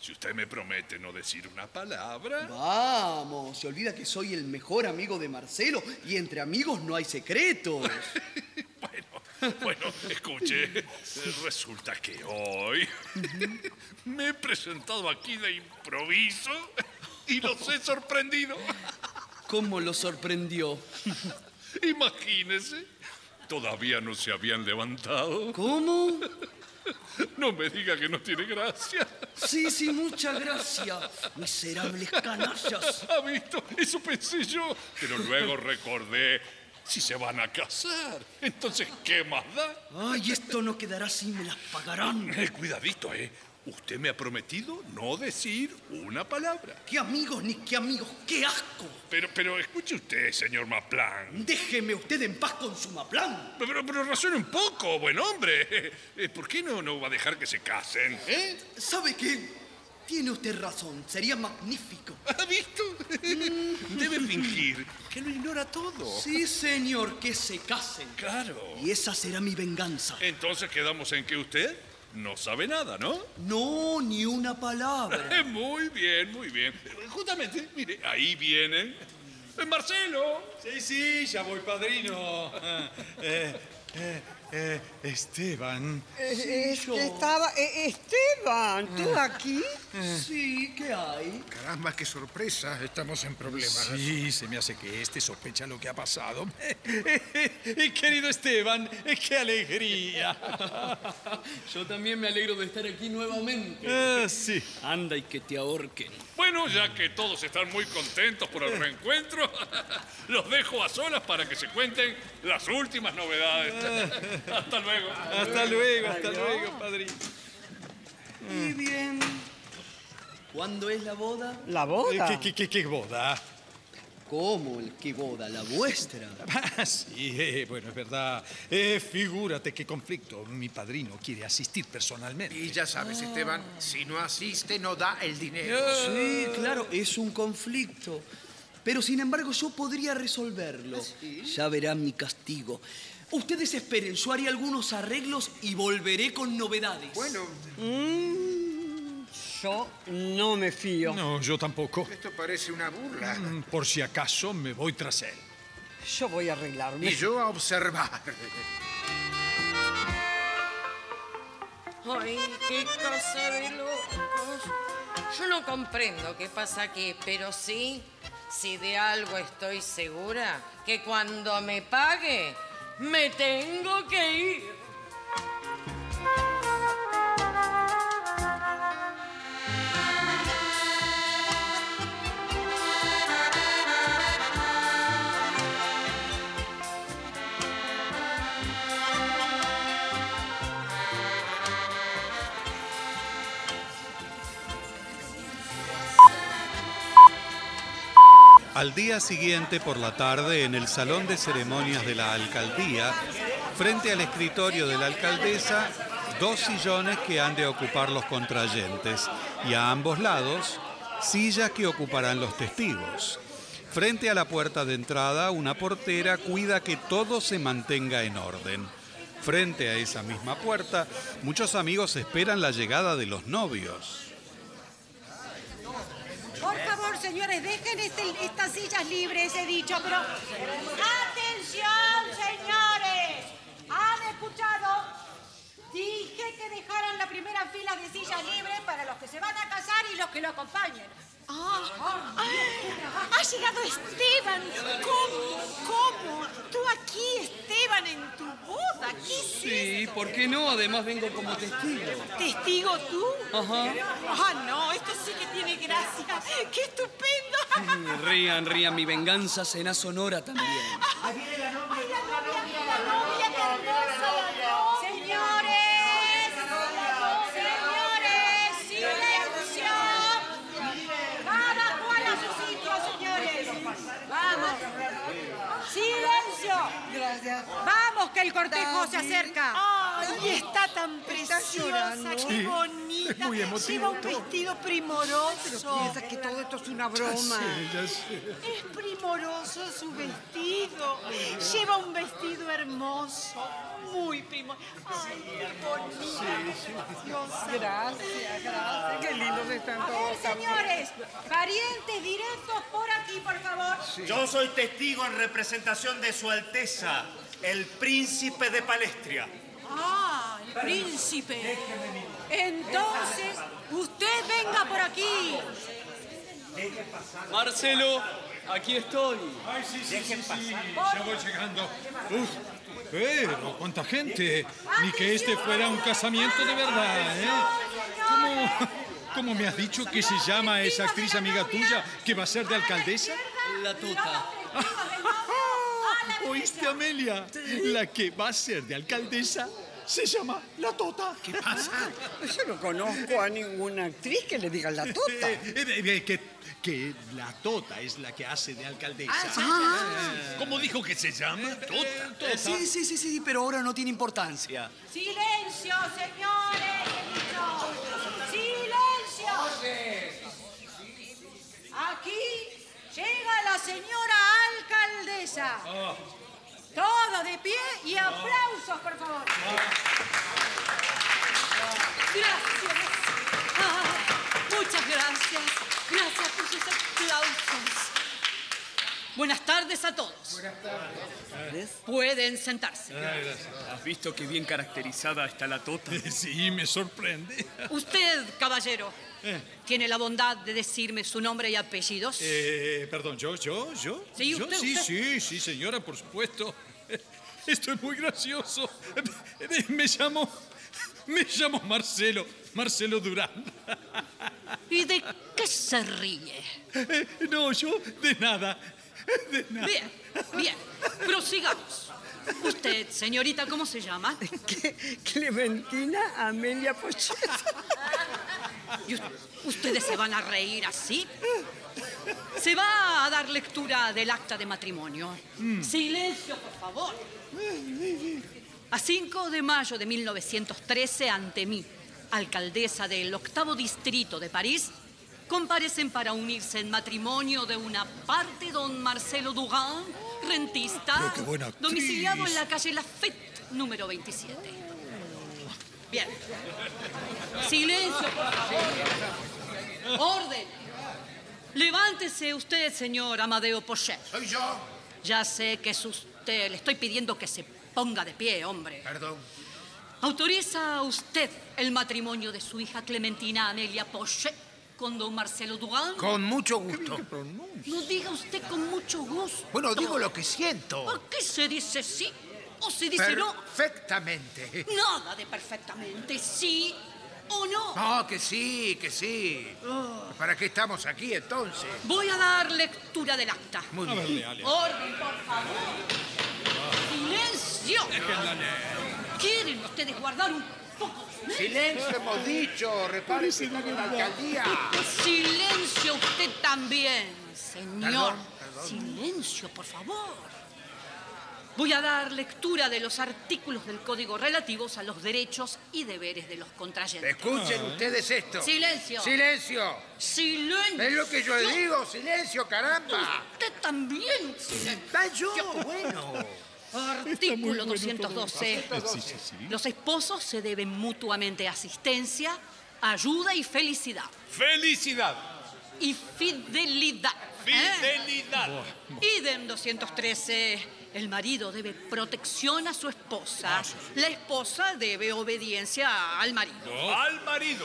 Si usted me promete no decir una palabra.
Vamos, se olvida que soy el mejor amigo de Marcelo y entre amigos no hay secretos.
Bueno, escuche, eh, resulta que hoy me he presentado aquí de improviso y los he sorprendido.
¿Cómo lo sorprendió?
Imagínese, todavía no se habían levantado.
¿Cómo?
No me diga que no tiene gracia.
Sí, sí, muchas gracias. Miserables canallas.
¿Ha visto? Eso pensé yo. Pero luego recordé si se van a casar. Entonces, ¿qué más da?
Ay, esto no quedará así, me las pagarán.
Eh, cuidadito, ¿eh? Usted me ha prometido no decir una palabra.
¡Qué amigos, ni qué amigos! ¡Qué asco!
Pero, pero, escuche usted, señor Maplan.
Déjeme usted en paz con su maplán.
Pero, pero razone un poco, buen hombre. Eh, ¿Por qué no, no va a dejar que se casen? ¿Eh?
¿Sabe qué? Tiene usted razón, sería magnífico. Mm.
¿Ha visto? Debe fingir que lo ignora todo.
Sí, señor, que se casen.
Claro.
Y esa será mi venganza.
Entonces quedamos en que usted no sabe nada, ¿no?
No, ni una palabra.
Eh, Muy bien, muy bien. Justamente, mire, ahí vienen. Eh, Marcelo.
Sí, sí, ya voy, padrino.
Eh,
Eh, Esteban.
Es, Eh, es que estaba... eh, Esteban, ¿tú
Eh.
aquí?
Sí, ¿qué hay?
Caramba, qué sorpresa. Estamos en problemas.
Sí, se me hace que este sospecha lo que ha pasado.
Este
Eh,
Querido Esteban, qué alegría. Yo también me alegro de estar aquí nuevamente.
Eh,
sí.
Anda y que te ahorquen.
Bueno, ya que todos están muy contentos por el reencuentro, los dejo a solas para que se cuenten las últimas novedades. Hasta luego.
Hasta luego, hasta luego, padrino.
Muy bien.
¿Cuándo es la boda?
¿La boda?
Eh, ¿Qué, qué, qué, qué boda?
¿Cómo? el ¿Qué boda? ¿La vuestra?
Ah, sí, eh, bueno, es verdad. Eh, figúrate qué conflicto. Mi padrino quiere asistir personalmente.
Y ya sabes, Esteban, si no asiste, no da el dinero.
Sí, claro, es un conflicto. Pero sin embargo, yo podría resolverlo. Ya verán mi castigo. Ustedes esperen, yo haré algunos arreglos y volveré con novedades. Bueno,
Mm, Yo no me fío.
No, yo tampoco.
Esto parece una burla.
Mm, Por si acaso me voy tras él.
Yo voy a arreglarme.
Y yo a observar.
Ay, qué cosa de locos. Yo no comprendo qué pasa aquí, pero sí, si de algo estoy segura, que cuando me pague, me tengo que ir.
Al día siguiente por la tarde, en el salón de ceremonias de la alcaldía, frente al escritorio de la alcaldesa, dos sillones que han de ocupar los contrayentes y a ambos lados, sillas que ocuparán los testigos. Frente a la puerta de entrada, una portera cuida que todo se mantenga en orden. Frente a esa misma puerta, muchos amigos esperan la llegada de los novios.
Por favor, señores, dejen este- estas sillas libres, he dicho, pero... ¡Atención, señores! ¿Han escuchado? Dije que dejaran la primera fila de sillas libres para los que se van a casar y los que lo acompañen. ¡Ah! ¡Ha llegado Esteban! ¿Cómo? ¿Cómo? ¿Tú aquí, Esteban, en tu boda? ¿Qué es
Sí, ¿por qué no? Además vengo como testigo.
¿Testigo tú?
Ajá.
Ah, no, esto sí que tiene gracia. ¡Qué estupendo!
Rían, rían, mi venganza será sonora también.
¡Ay, la novia, la novia, qué hermosa la novia! ¡Señores! ¡Señores! ¡Silencio! ¡Cada cual a su sitio, señores! ¡Vamos! ¡Silencio!
Gracias.
¡Vamos, que el cortejo se acerca!
Ay,
¡Ay, está tan
¿Estás llorando?
preciosa! ¡Qué bonita! señorita.
Es muy emotivo
Lleva un
todo.
vestido primoroso.
Pero piensa
que todo esto es una
Ya sé, ya sé.
Es primoroso su vestido. Lleva un vestido hermoso. Muy primoroso. Ay, qué bonita, qué preciosa.
Gracias, gracias. Qué lindos están
A ver,
todos también.
señores, parientes directos por aquí, por favor.
Yo soy testigo en representación de Su Alteza, el Príncipe de Palestria.
Ah, el príncipe. Entonces, usted venga por aquí.
Marcelo, aquí estoy.
Ay, sí, sí, sí, sí.
pasar.
Ya voy llegando. Uf, pero cuánta gente. Ni que este fuera un casamiento de verdad, ¿eh? ¿Cómo, cómo me has dicho que se llama esa actriz amiga tuya que va a ser de alcaldesa?
La tuta.
¿Oíste, Amelia? La que va a ser de alcaldesa se llama La Tota. ¿Qué pasa?
Yo no conozco a ninguna actriz que le diga la tota.
Eh, eh, eh, que, que la Tota es la que hace de alcaldesa.
Ah, sí, sí, sí,
¿Cómo dijo que se llama? Tota.
Eh, Sí, sí, sí, sí, pero ahora no tiene importancia.
Silencio, señores. he dicho. Silencio. Aquí llega la señora alcaldesa. Todo de pie y aplausos, por favor. Gracias.
Ah, muchas gracias. Gracias por sus aplausos. Buenas tardes a todos. Buenas tardes. Pueden sentarse.
¿Has visto qué bien caracterizada está la tota?
Sí, me sorprende.
Usted, caballero, tiene la bondad de decirme su nombre y apellidos.
Eh, perdón, ¿yo? ¿Yo? ¿Yo?
Sí,
¿Yo?
usted,
sí,
usted.
sí, sí, señora, por supuesto. Esto es muy gracioso. Me llamo. Me llamo Marcelo. Marcelo Durán.
¿Y de qué se ríe?
Eh, No, yo de nada. De nada.
Bien, bien, prosigamos. Usted, señorita, ¿cómo se llama?
Clementina Amelia Pocheta.
¿Y us- ustedes se van a reír así? Se va a dar lectura del acta de matrimonio.
Mm.
Silencio, por favor. A 5 de mayo de 1913, ante mí, alcaldesa del octavo distrito de París, comparecen para unirse en matrimonio de una parte don Marcelo Dugan, rentista,
Pero qué buena actriz.
domiciliado en la calle Lafette, número 27. Bien. Silencio, por favor. Orden. Levántese usted, señor Amadeo Pochet.
Soy yo.
Ya sé que es usted. Le estoy pidiendo que se ponga de pie, hombre.
Perdón.
¿Autoriza usted el matrimonio de su hija Clementina Amelia Pochet con don Marcelo Dugan?
Con mucho gusto.
No diga usted con mucho gusto.
Bueno, digo lo que siento.
¿Por qué se dice sí o se dice no?
Perfectamente.
Nada de perfectamente sí o no. Oh,
No, que sí, que sí. ¿Para qué estamos aquí entonces?
Voy a dar lectura del acta.
Muy
A
bien.
ver, léale. Orden, por favor. Silencio. ¿Quieren ustedes guardar un poco de
Silencio, hemos dicho. Repare que está con la alcaldía.
Silencio usted también, señor.
Perdón, perdón.
Silencio, por favor. Voy a dar lectura de los artículos del Código relativos a los derechos y deberes de los contrayentes.
Escuchen ustedes esto.
Silencio.
Silencio.
Silencio.
Es lo que yo digo. Silencio, caramba.
Usted también, silencio.
Bueno.
Artículo 212. Los esposos se deben mutuamente asistencia, ayuda y felicidad.
¡Felicidad!
Y fidelidad. ¿eh?
¡Fidelidad!
Idem 213. El marido debe protección a su esposa. La esposa debe obediencia al marido.
Oh, Al marido.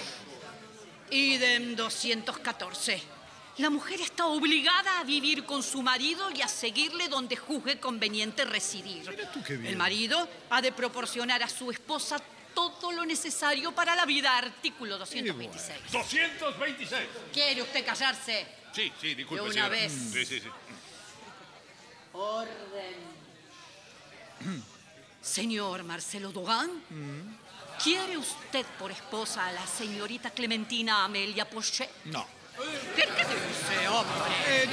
Idem 214. La mujer está obligada a vivir con su marido y a seguirle donde juzgue conveniente residir.
qué bien.
El marido ha de proporcionar a su esposa todo lo necesario para la vida. Artículo 226.
226.
¿Quiere usted callarse?
Sí, sí, disculpe.
De una
señora.
vez.
Sí, sí, sí.
Orden. Señor Marcelo Dogan,
Mm.
¿quiere usted por esposa a la señorita Clementina Amelia Pochet?
No.
¿Qué, qué dice, hombre?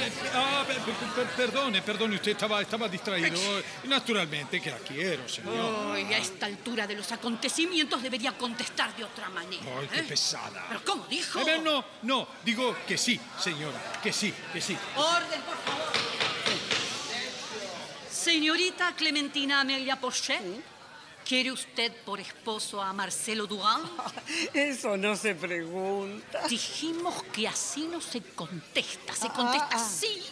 eh, ah, per- per- per- perdone, perdone, usted estaba, estaba distraído. Naturalmente que la quiero, señor.
Hoy, a esta altura de los acontecimientos, debería contestar de otra manera.
Ay, qué
¿eh?
pesada.
¿Pero cómo dijo?
Eh, ven, no, no, digo que sí, señora, que sí, que sí.
Orden, por favor. Señorita Clementina Amelia Pochet, ¿quiere usted por esposo a Marcelo Dugan?
Eso no se pregunta.
Dijimos que así no se contesta, se contesta
Ah, ah.
sí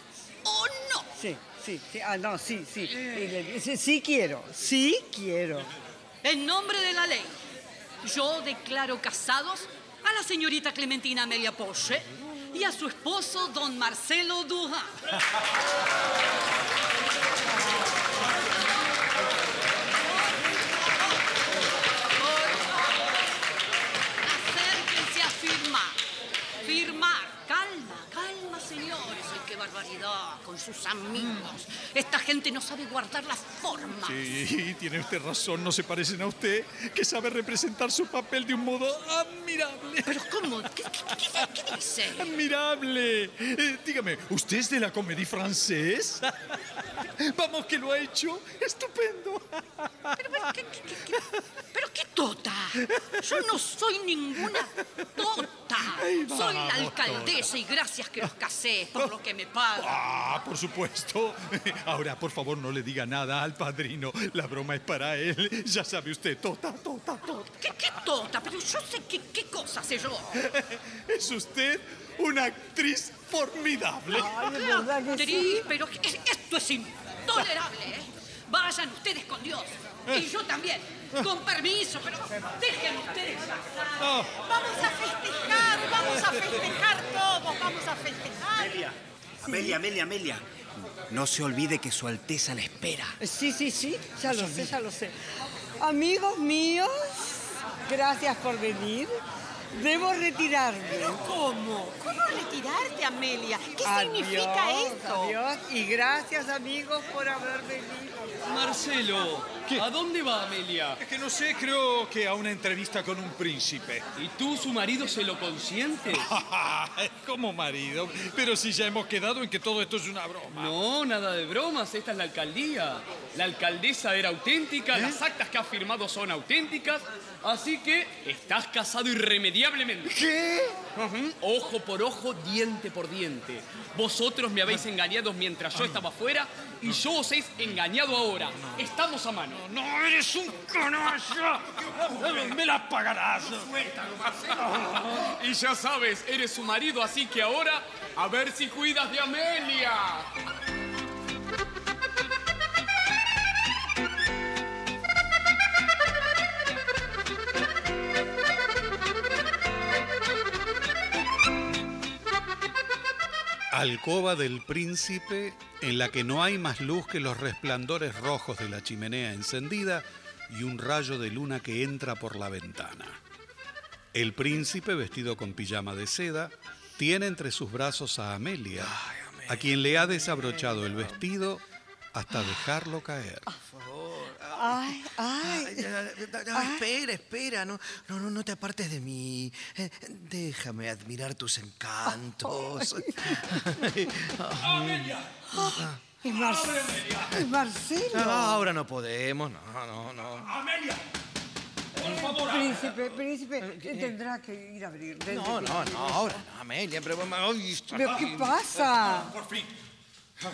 o no.
Sí, sí, sí. Ah, no, sí, sí.
Eh.
Y le dice, sí quiero, sí quiero.
En nombre de la ley, yo declaro casados a la señorita Clementina Amelia Pochet y a su esposo, don Marcelo Dugan. Acérquense a firmar. Firmar. Calma, calma, señores. Ay, qué barbaridad con sus amigos. Esta gente no sabe guardar las formas.
Sí, tiene usted razón, no se parecen a usted, que sabe representar su papel de un modo admirable.
¿Pero cómo? ¿Qué, dice?
Admirable. Eh, dígame, ¿usted es de la comedia francesa? Vamos, que lo ha hecho. Estupendo.
Tota. Yo no soy ninguna tota.
Ay,
Soy la
vamos,
alcaldesa y gracias que los casé por lo que me pagan.
Ah, por supuesto. Ahora, por favor, no le diga nada al padrino. La broma es para él. Ya sabe usted, Tota, Tota.
¿Qué, qué tota? Pero yo sé qué, qué cosa sé yo.
Es usted una actriz formidable.
Actriz, pero es- esto es intolerable. ¿eh? Vayan ustedes con Dios. Y yo también. Con permiso, pero dejen ustedes pasar.
Vamos a festejar, vamos a festejar todos, vamos a festejar.
Amelia, Amelia, Amelia, Amelia. No se olvide que su alteza la espera.
Sí, sí, sí, ya lo sé, ya lo sé. Amigos míos, gracias por venir. Debo retirarme. ¿Pero
cómo? ¿Cómo retirarte, Amelia? ¿Qué significa esto?
Adiós y gracias, amigos, por haber venido.
Marcelo, ¿a dónde va Amelia?
Es que no sé, creo que a una entrevista con un príncipe.
¿Y tú, su marido, se lo consientes?
Como marido. Pero si ya hemos quedado en que todo esto es una broma.
No, nada de bromas, esta es la alcaldía. La alcaldesa era auténtica,
¿Eh?
las actas que ha firmado son auténticas, así que estás casado irremediablemente.
¿Qué?
Ojo por ojo, diente por diente. Vosotros me habéis engañado mientras yo estaba afuera y yo os he engañado ahora. Estamos a mano.
¡No eres un canalla! ¡Me las pagarás!
Y ya sabes, eres su marido, así que ahora a ver si cuidas de Amelia.
Alcoba del príncipe en la que no hay más luz que los resplandores rojos de la chimenea encendida y un rayo de luna que entra por la ventana. El príncipe, vestido con pijama de seda, tiene entre sus brazos a Amelia, a quien le ha desabrochado el vestido hasta dejarlo caer.
Ay, ay.
espera, espera, no, no, no, no te apartes de mí. Eh, Déjame admirar tus encantos.
Y Mar- y Marcelo.
No, ahora no podemos, no, no, no.
Amelia. Príncipe, príncipe, tendrá que ir a abrir.
Eh, No, no, no, ahora no, Amelia, pero... ay, está-
¿Pero qué pasa?
Ah, Por fin. Ah,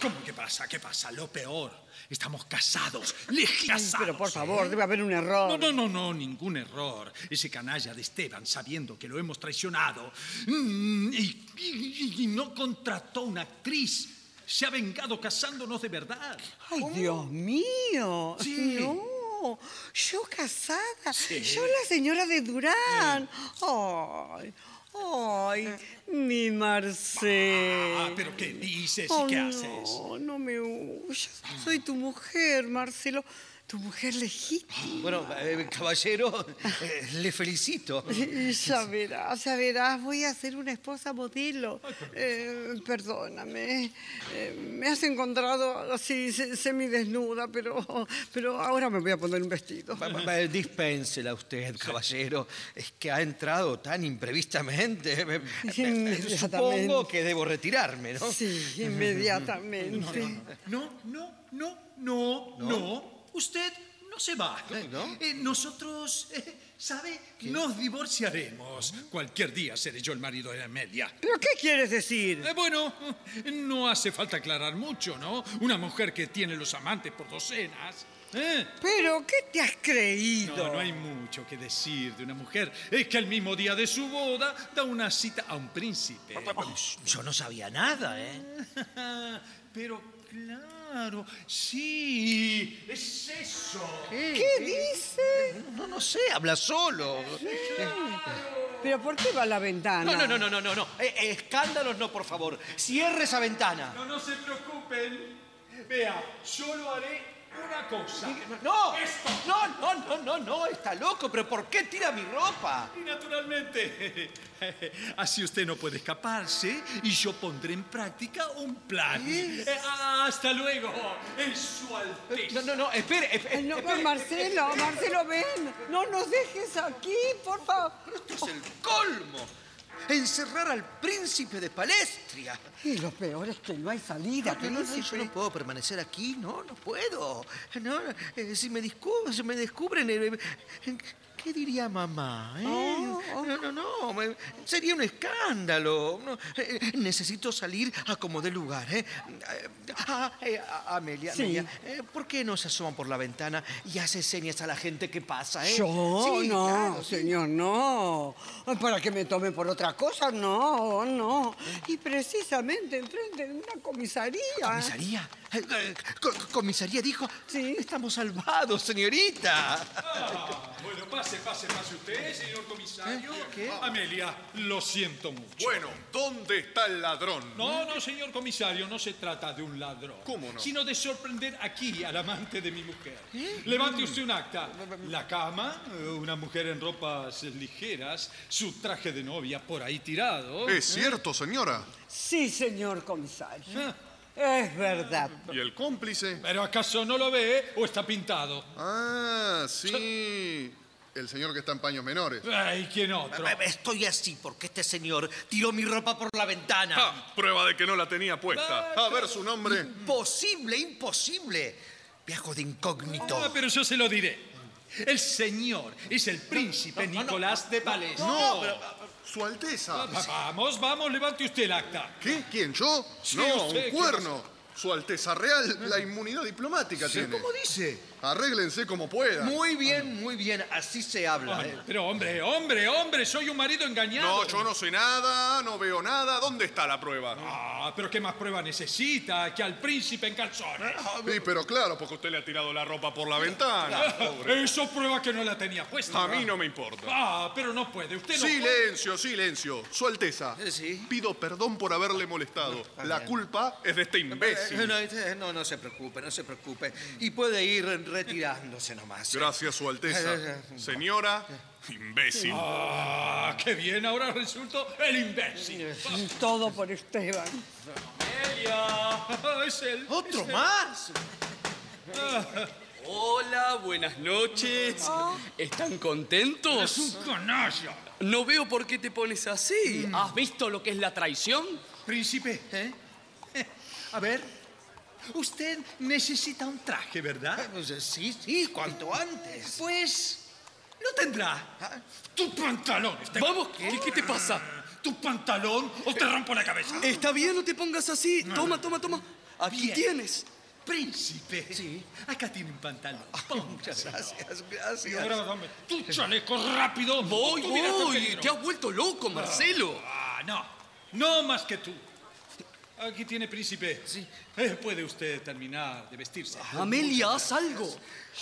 ¿Cómo que pasa? ¿Qué pasa? Lo peor. Estamos casados. Lejísimos.
Pero por favor, debe haber un error.
No, no, no, no, ningún error. Ese canalla de Esteban, sabiendo que lo hemos traicionado, mm, y, y- y no contrató una actriz, se ha vengado casándonos de verdad.
Ay, Dios mío.
Sí.
No. Yo casada. Yo la señora de Durán.
Mm.
Ay. Ay, mi Marcelo.
Ah, pero ¿qué dices y
Oh,
qué
no,
haces? Ah.
No, me huyas. Soy tu mujer, Marcelo. Tu mujer
Ah.
legítima.
Bueno, eh, caballero, eh, le felicito.
Y Ya verás, ya verás, voy a ser una esposa modelo. Eh, perdóname, eh, me has encontrado así se- semidesnuda, pero, pero ahora me voy a poner un vestido.
Va- va- va, Dispénsela usted, caballero. Es que ha entrado tan imprevistamente. Me- me-
Inmediatamente.
Supongo que debo retirarme, ¿no?
Sí, inmediatamente.
No, no, no, no, no, no, no. Usted no se va. Eh, nosotros, eh, ¿sabe? Nos divorciaremos. Cualquier día seré yo el marido de Amelia. Eh,
¿Pero qué quieres decir?
bueno, no hace falta aclarar mucho, ¿no? Una mujer que tiene los amantes por docenas. ¿eh?
¿Pero qué te has creído?
No, no hay mucho que decir de una mujer. Es que el mismo día de su boda da una cita a un príncipe.
Yo no sabía nada, ¿eh?
Pero claro, sí, es eso.
¿Qué dice?
No, no sé,
Eh,
habla solo.
¿Pero por qué va a la ventana?
No, no, no, no, no, no. no. Eh, eh, escándalos no, por favor. Cierre esa ventana.
No, no se preocupen. Vea, yo lo haré una cosa.
No, no, no, no, no, no, está loco, pero ¿por qué tira mi ropa?
Y naturalmente, así usted no puede escaparse y yo pondré en práctica un plan. Eh, hasta luego, en su alteza.
Eh, No, no, no, espere, espere.
No, pero Marcelo, Marcelo, ven. No nos dejes aquí, por favor.
Es el colmo. Encerrar al príncipe de Palestria.
Y lo peor es que no hay salida.
No, no, no, yo no puedo permanecer aquí, no, no puedo. No, no, eh, si me descubren, me descubren, eh, eh, ¿qué diría mamá? eh?
Oh.
No, no, no, me- sería un escándalo. No, eh, eh, necesito salir a como de lugar. eh. Eh, ah, eh, a- Amelia,
Sí.
Amelia, eh, ¿por qué no se asoman por la ventana y hace señas a la gente que pasa? eh?
Yo
Sí,
no,
claro, sí.
señor, no. Ay, Para que me tomen por otra cosa, no, no. Y precisamente enfrente de una comisaría.
¿Comisaría? Eh, eh, co- ¿Comisaría dijo? Sí. Estamos salvados, señorita.
Ah, bueno, pase, pase, pase usted, señor comisario. Amelia, lo siento mucho.
Bueno, ¿dónde está el ladrón?
No, no, señor comisario, no se trata de un ladrón.
¿Cómo no?
Sino de sorprender aquí al amante de mi mujer. Levante usted un acta. La cama, eh, una mujer en ropas eh, ligeras, su traje de novia por ahí tirado.
Es cierto, señora.
Sí, señor comisario. Es verdad.
¿Y el cómplice?
¿Pero acaso no lo ve o está pintado?
Ah, sí. El señor que está en paños menores.
Ay, ¿quién otro?
Estoy así porque este señor tiró mi ropa por la ventana.
Ah, prueba de que no la tenía puesta. A ver su nombre.
Imposible, imposible. Viajo de incógnito.
Ah, pero yo se lo diré. El señor es el príncipe Nicolás de Palestra.
No, pero, ah, Su
Va-
Alteza.
Vamos, vamos, levante usted el acta.
¿Qué? ¿Quién? ¿Yo?
Sí,
no,
usted,
un
¿qué
cuerno. Su Alteza Real, la inmunidad diplomática
Sí,
tiene.
¿Cómo dice?
Arréglense como puedan.
Muy bien, muy bien, así se habla.
eh.
¿eh?
Hombre, Pero hombre, hombre, hombre, soy un marido engañado.
No, yo no sé nada, no veo nada. ¿Dónde está la prueba?
Ah, pero ¿qué más prueba necesita que al príncipe en calzones?
Sí, pero claro, porque usted le ha tirado la ropa por la ventana. pobre.
Eso prueba que no la tenía puesta.
A mí no me importa.
Ah, pero no puede, usted no puede.
Silencio, silencio. Su Alteza, pido perdón por haberle molestado. La culpa es de este
Eh,
imbécil.
No, este- no, no se preocupe, no se preocupe. Y puede ir retirándose nomás.
Gracias, Su
Eh,
Alteza. Señora, imbécil.
Ah, qué bien, ahora resulto el imbécil.
Todo por Esteban.
Amelia, ah, es él.
¡Otro más!
Hola, buenas noches. ¿Están contentos?
Es un canalla.
No veo por qué te pones así.
Mm.
¿Has visto lo que es la traición?
Príncipe, ¿eh? A ver, usted necesita un traje, ¿verdad?
Eh, pues, Sí, sí, cuanto antes. Ah.
Pues lo tendrá. Tu pantalón. este-
Vamos, ¿qué, qué te pasa?
Tu pantalón o te rompo la cabeza.
Eh,
Está bien, no te pongas así. Toma, toma, toma. Aquí
Bien.
tienes.
Príncipe. Sí. Acá tiene un pantalón. Muchas
Gracias,
Y
gracias.
ahora dame tu chaleco rápido.
Voy,
Tú mira, Ah, está en
voy.
peligro.
Te has vuelto loco, Marcelo.
Ah, no. No más que tú. Aquí tiene, príncipe. Sí. puede usted terminar de vestirse.
Ah, Amelia,
haz algo.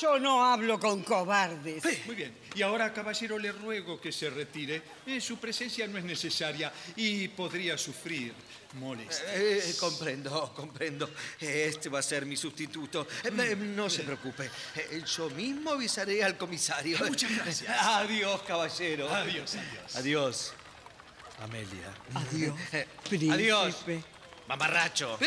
Yo no hablo con cobardes.
Muy bien. Y ahora, caballero, le ruego que se retire. Eh, su presencia no es necesaria y podría sufrir molestias.
Eh, comprendo, comprendo. Este va a ser mi sustituto. Eh, eh, No se preocupe. Eh, Yo mismo avisaré al comisario.
Muchas gracias.
Adiós, caballero.
Adiós, adiós.
Adiós. Amelia. Eh,
Adiós.
Adiós. Mamarracho.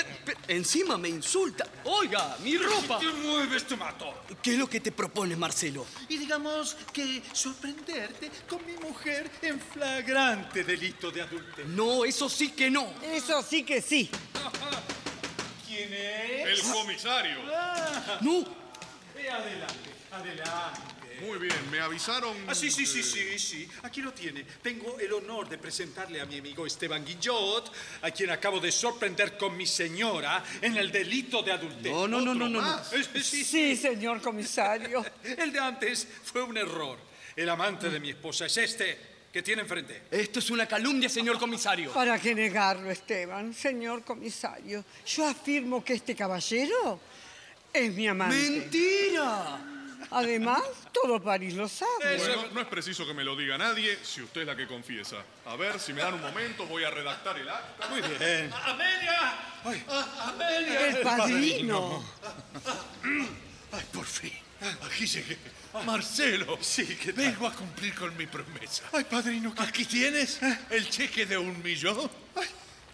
Encima me insulta. Oiga, mi ropa.
te mueves, te mato.
¿Qué es lo que te propones, Marcelo?
Y digamos que sorprenderte con mi mujer en flagrante delito de adulterio.
No, eso sí que no.
Eso sí que sí.
¿Quién es? Ah, eh,
El comisario.
No.
adelante, adelante.
Muy bien, me avisaron.
Ah, sí, sí, sí, sí, sí. Aquí lo tiene. Tengo el honor de presentarle a mi amigo Esteban Guillot, a quien acabo de sorprender con mi señora en el delito de adulterio.
No, no, no,
¿Otro
no, no, no.
más? Eh, eh, Sí,
Sí, señor comisario.
El de antes fue un error. El amante de mi esposa es este que tiene enfrente.
Esto es una calumnia, señor comisario.
¿Para qué negarlo, Esteban? Señor comisario, yo afirmo que este caballero es mi amante.
¡Mentira!
Además, todo París lo sabe.
Bueno, no es preciso que me lo diga nadie si usted es la que confiesa. A ver, si me dan un momento, voy a redactar el acta.
Muy bien.
¡Amelia! ¡Amelia!
El padrino.
Ay, por fin. Aquí llegué. Marcelo, sí, que vengo a cumplir con mi promesa. Ay, padrino, ¿Eh? aquí tienes el cheque de un millón,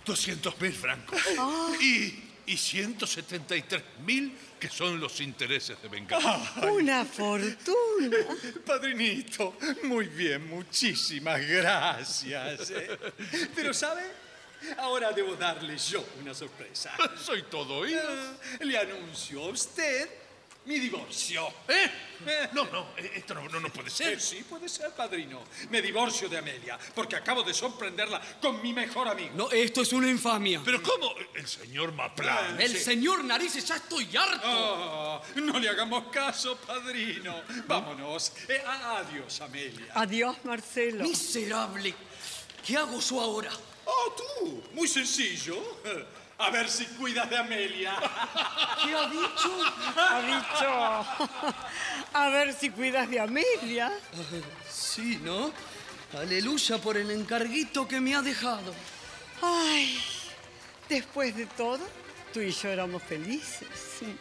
200 mil francos y, y 173 mil que son los intereses de venganza.
Una fortuna.
Padrinito, muy bien, muchísimas gracias. eh. Pero ¿sabe? Ahora debo darle yo una sorpresa.
Soy todo
oídos. Le anuncio a usted mi divorcio.
¿Eh? No, no, eh, esto no, no, no puede
Eh,
ser.
sí, puede ser, padrino. Me divorcio de Amelia porque acabo de sorprenderla con mi mejor amigo.
No, esto es una infamia.
Pero ¿cómo? El señor
Ah,
Maplan.
El señor Narices, ya estoy harto.
Oh, no le hagamos caso, padrino. Vámonos. Eh, a- adiós, Amelia.
Adiós, Marcelo.
Miserable. ¿Qué hago yo ahora?
Oh, tú. Muy sencillo. A ver si cuidas de Amelia.
¿Qué ha dicho?
Ha dicho. A ver si cuidas de Amelia.
Sí, ¿no? Aleluya por el encarguito que me ha dejado.
Ay, después de todo, tú y yo éramos felices. sí.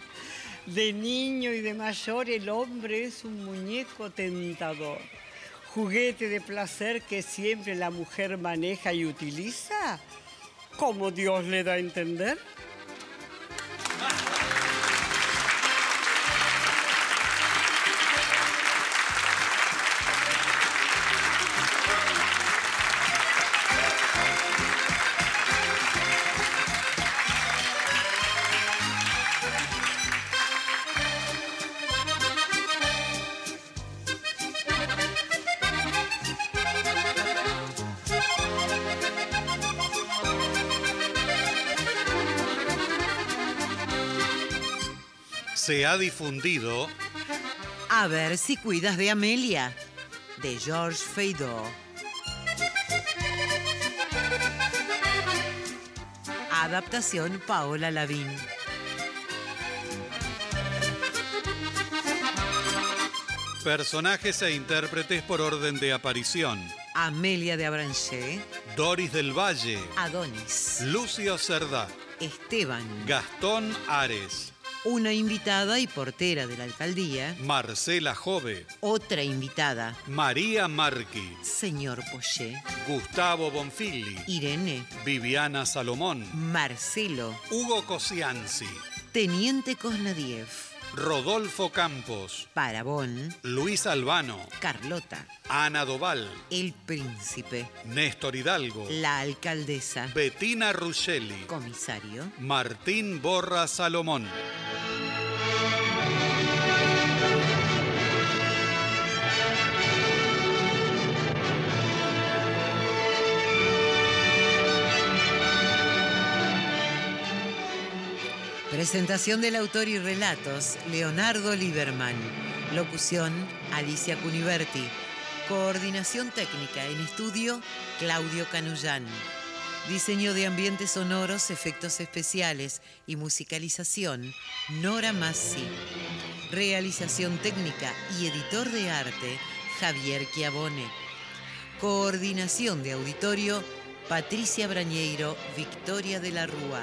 De niño y de mayor, el hombre es un muñeco tentador. Juguete de placer que siempre la mujer maneja y utiliza, como Dios le da a entender.
Se ha difundido
A ver si cuidas de Amelia, de George Feydeau. Adaptación Paola Lavín.
personajes e intérpretes por orden de aparición.
Amelia de Abranché,
Doris del Valle,
Adonis,
Lucio Cerdá,
Esteban,
Gastón Ares,
una invitada y portera de la alcaldía,
Marcela Jove,
otra invitada,
María Marqui,
señor Poché,
Gustavo Bonfilli,
Irene,
Viviana Salomón,
Marcelo,
Hugo Cosianzi,
Teniente Cosnadiev,
Rodolfo Campos,
Parabón,
Luis Albano,
Carlota,
Ana Doval,
el príncipe,
Néstor Hidalgo,
la alcaldesa,
Bettina Ruggeli,
comisario.
Martín Borra Salomón.
Presentación del autor y relatos, Leonardo Lieberman. Locución, Alicia Cuniverti. Coordinación técnica en estudio, Claudio Canullán. Diseño de ambientes sonoros, efectos especiales y musicalización, Nora Massi. Realización técnica y editor de arte, Javier Chiavone. Coordinación de auditorio, Patricia Brañeiro, Victoria de la Rúa.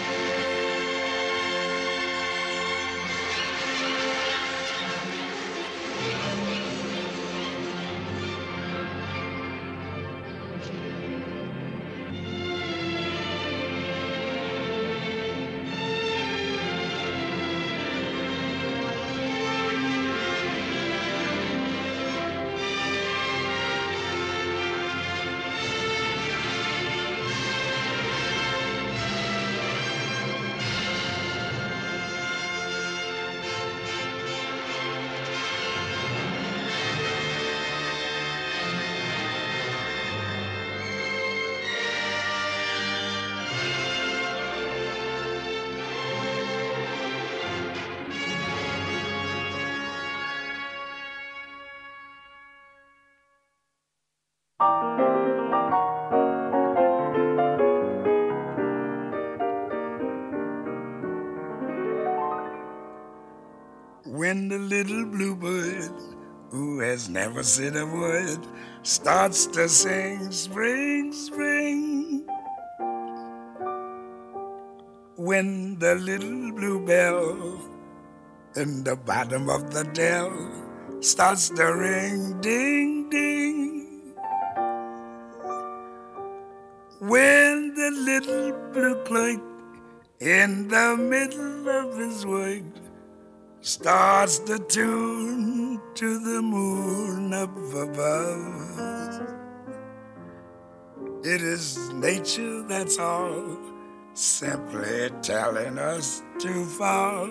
When the little bluebird, who has never said a word, starts to sing, spring, spring. When the little bluebell in the bottom of the dell starts to ring, ding, ding. When the little blue clerk in the middle of his work starts the tune to the moon up above. It is nature that's all, simply telling us to fall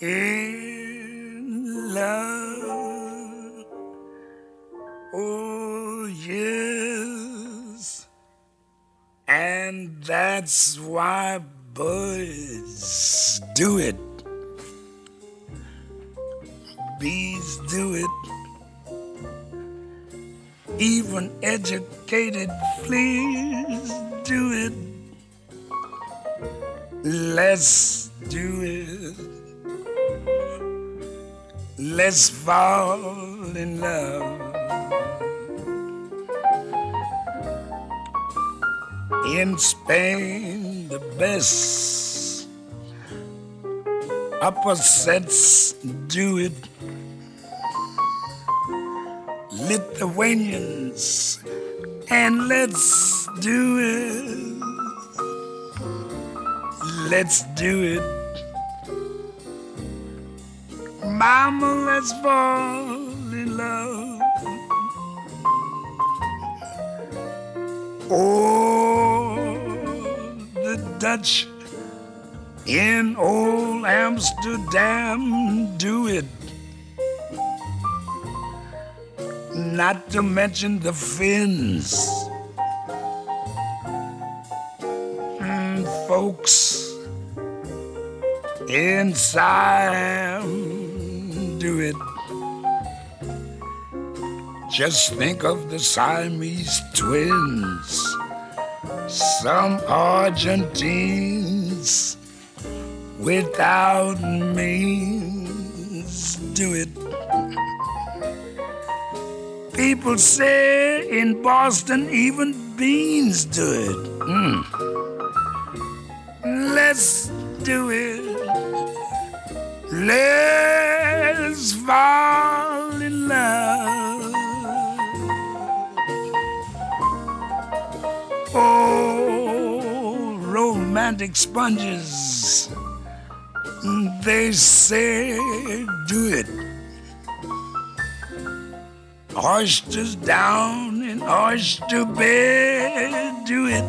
in love. Oh, yes. And that's why birds do it bees do it. Even educated fleas do it. Let's do it. Let's fall in love. In Spain, the best upper sets do it. Lithuanians, and let's do it. Let's do it. Mama, let's fall in love. Oh, the Dutch in old Amsterdam do it. Not to mention the Finns. Mm, folks in Siam do it. Just think of the Siamese twins, some Argentines without means do it. People say in Boston even beans do it. Mm. Let's do it. Let's fall in love. Oh, romantic sponges, they say do it. Oysters down in oyster bed, do it.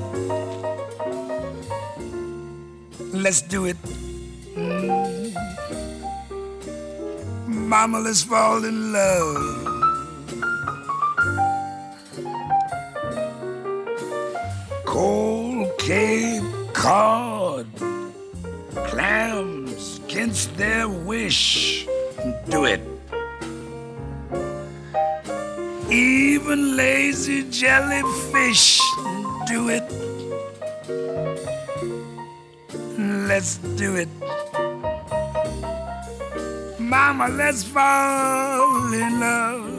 Let's do it. Mm. Mama, let's fall in love. Cold Cape Cod, clams against their wish. Do it. Even lazy jellyfish do it. Let's do it. Mama, let's fall in love.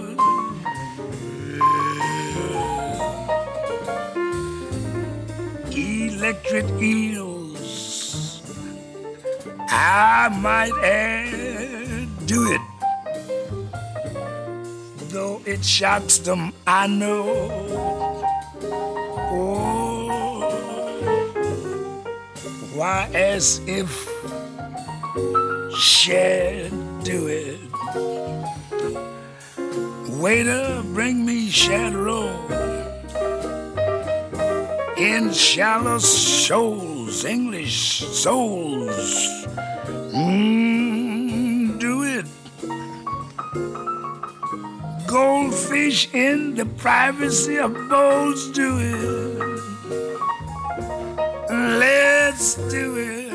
Electric eels, I might add, do it. Though it shocks them, I know. Oh, why as if share do it. Waiter, bring me shad roll in shallow shoals, English souls. Mm, do it. Goldfish in the privacy of bowls, do it. Let's do it.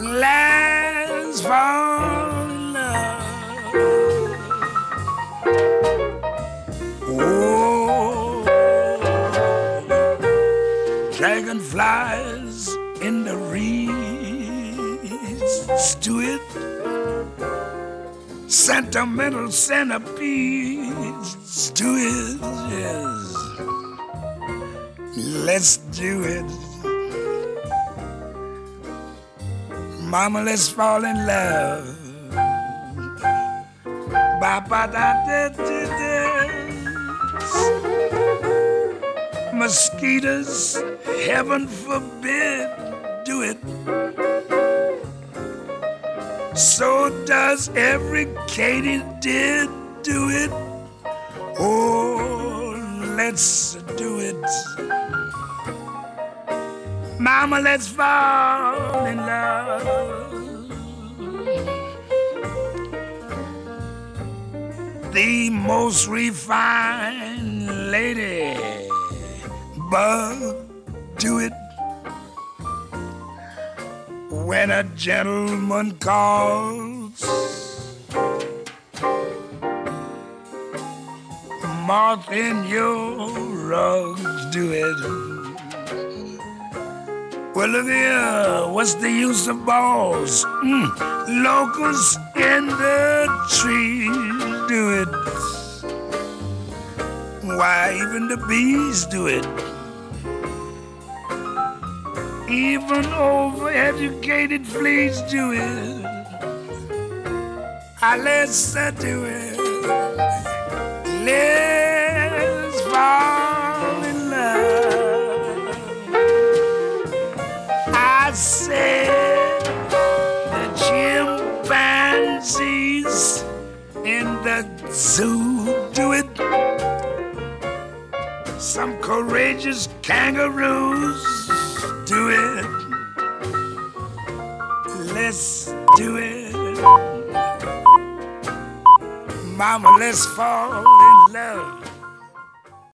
Let's fall in love. Oh, dragonflies in the reeds do it. Sentimental centipedes do it. Yes. Let's do it. Mama, let's fall in love. Ba ba da da da da. Mosquitoes, heaven forbid, do it. So does every katydid do it. Oh, let's do it. Mama, let's fall in love. The most refined lady, bug, do it. When a gentleman calls, moth in your rugs, do it. Well, look here, what's the use of balls? Mm. Locusts in the tree do it. Why, even the bees do it. Even overeducated fleas do it. I let's uh, do it. Let's fall in love. I said the chimpanzees in the zoo do it. Some courageous kangaroos do it. Let's do it. Mama, let's fall in love.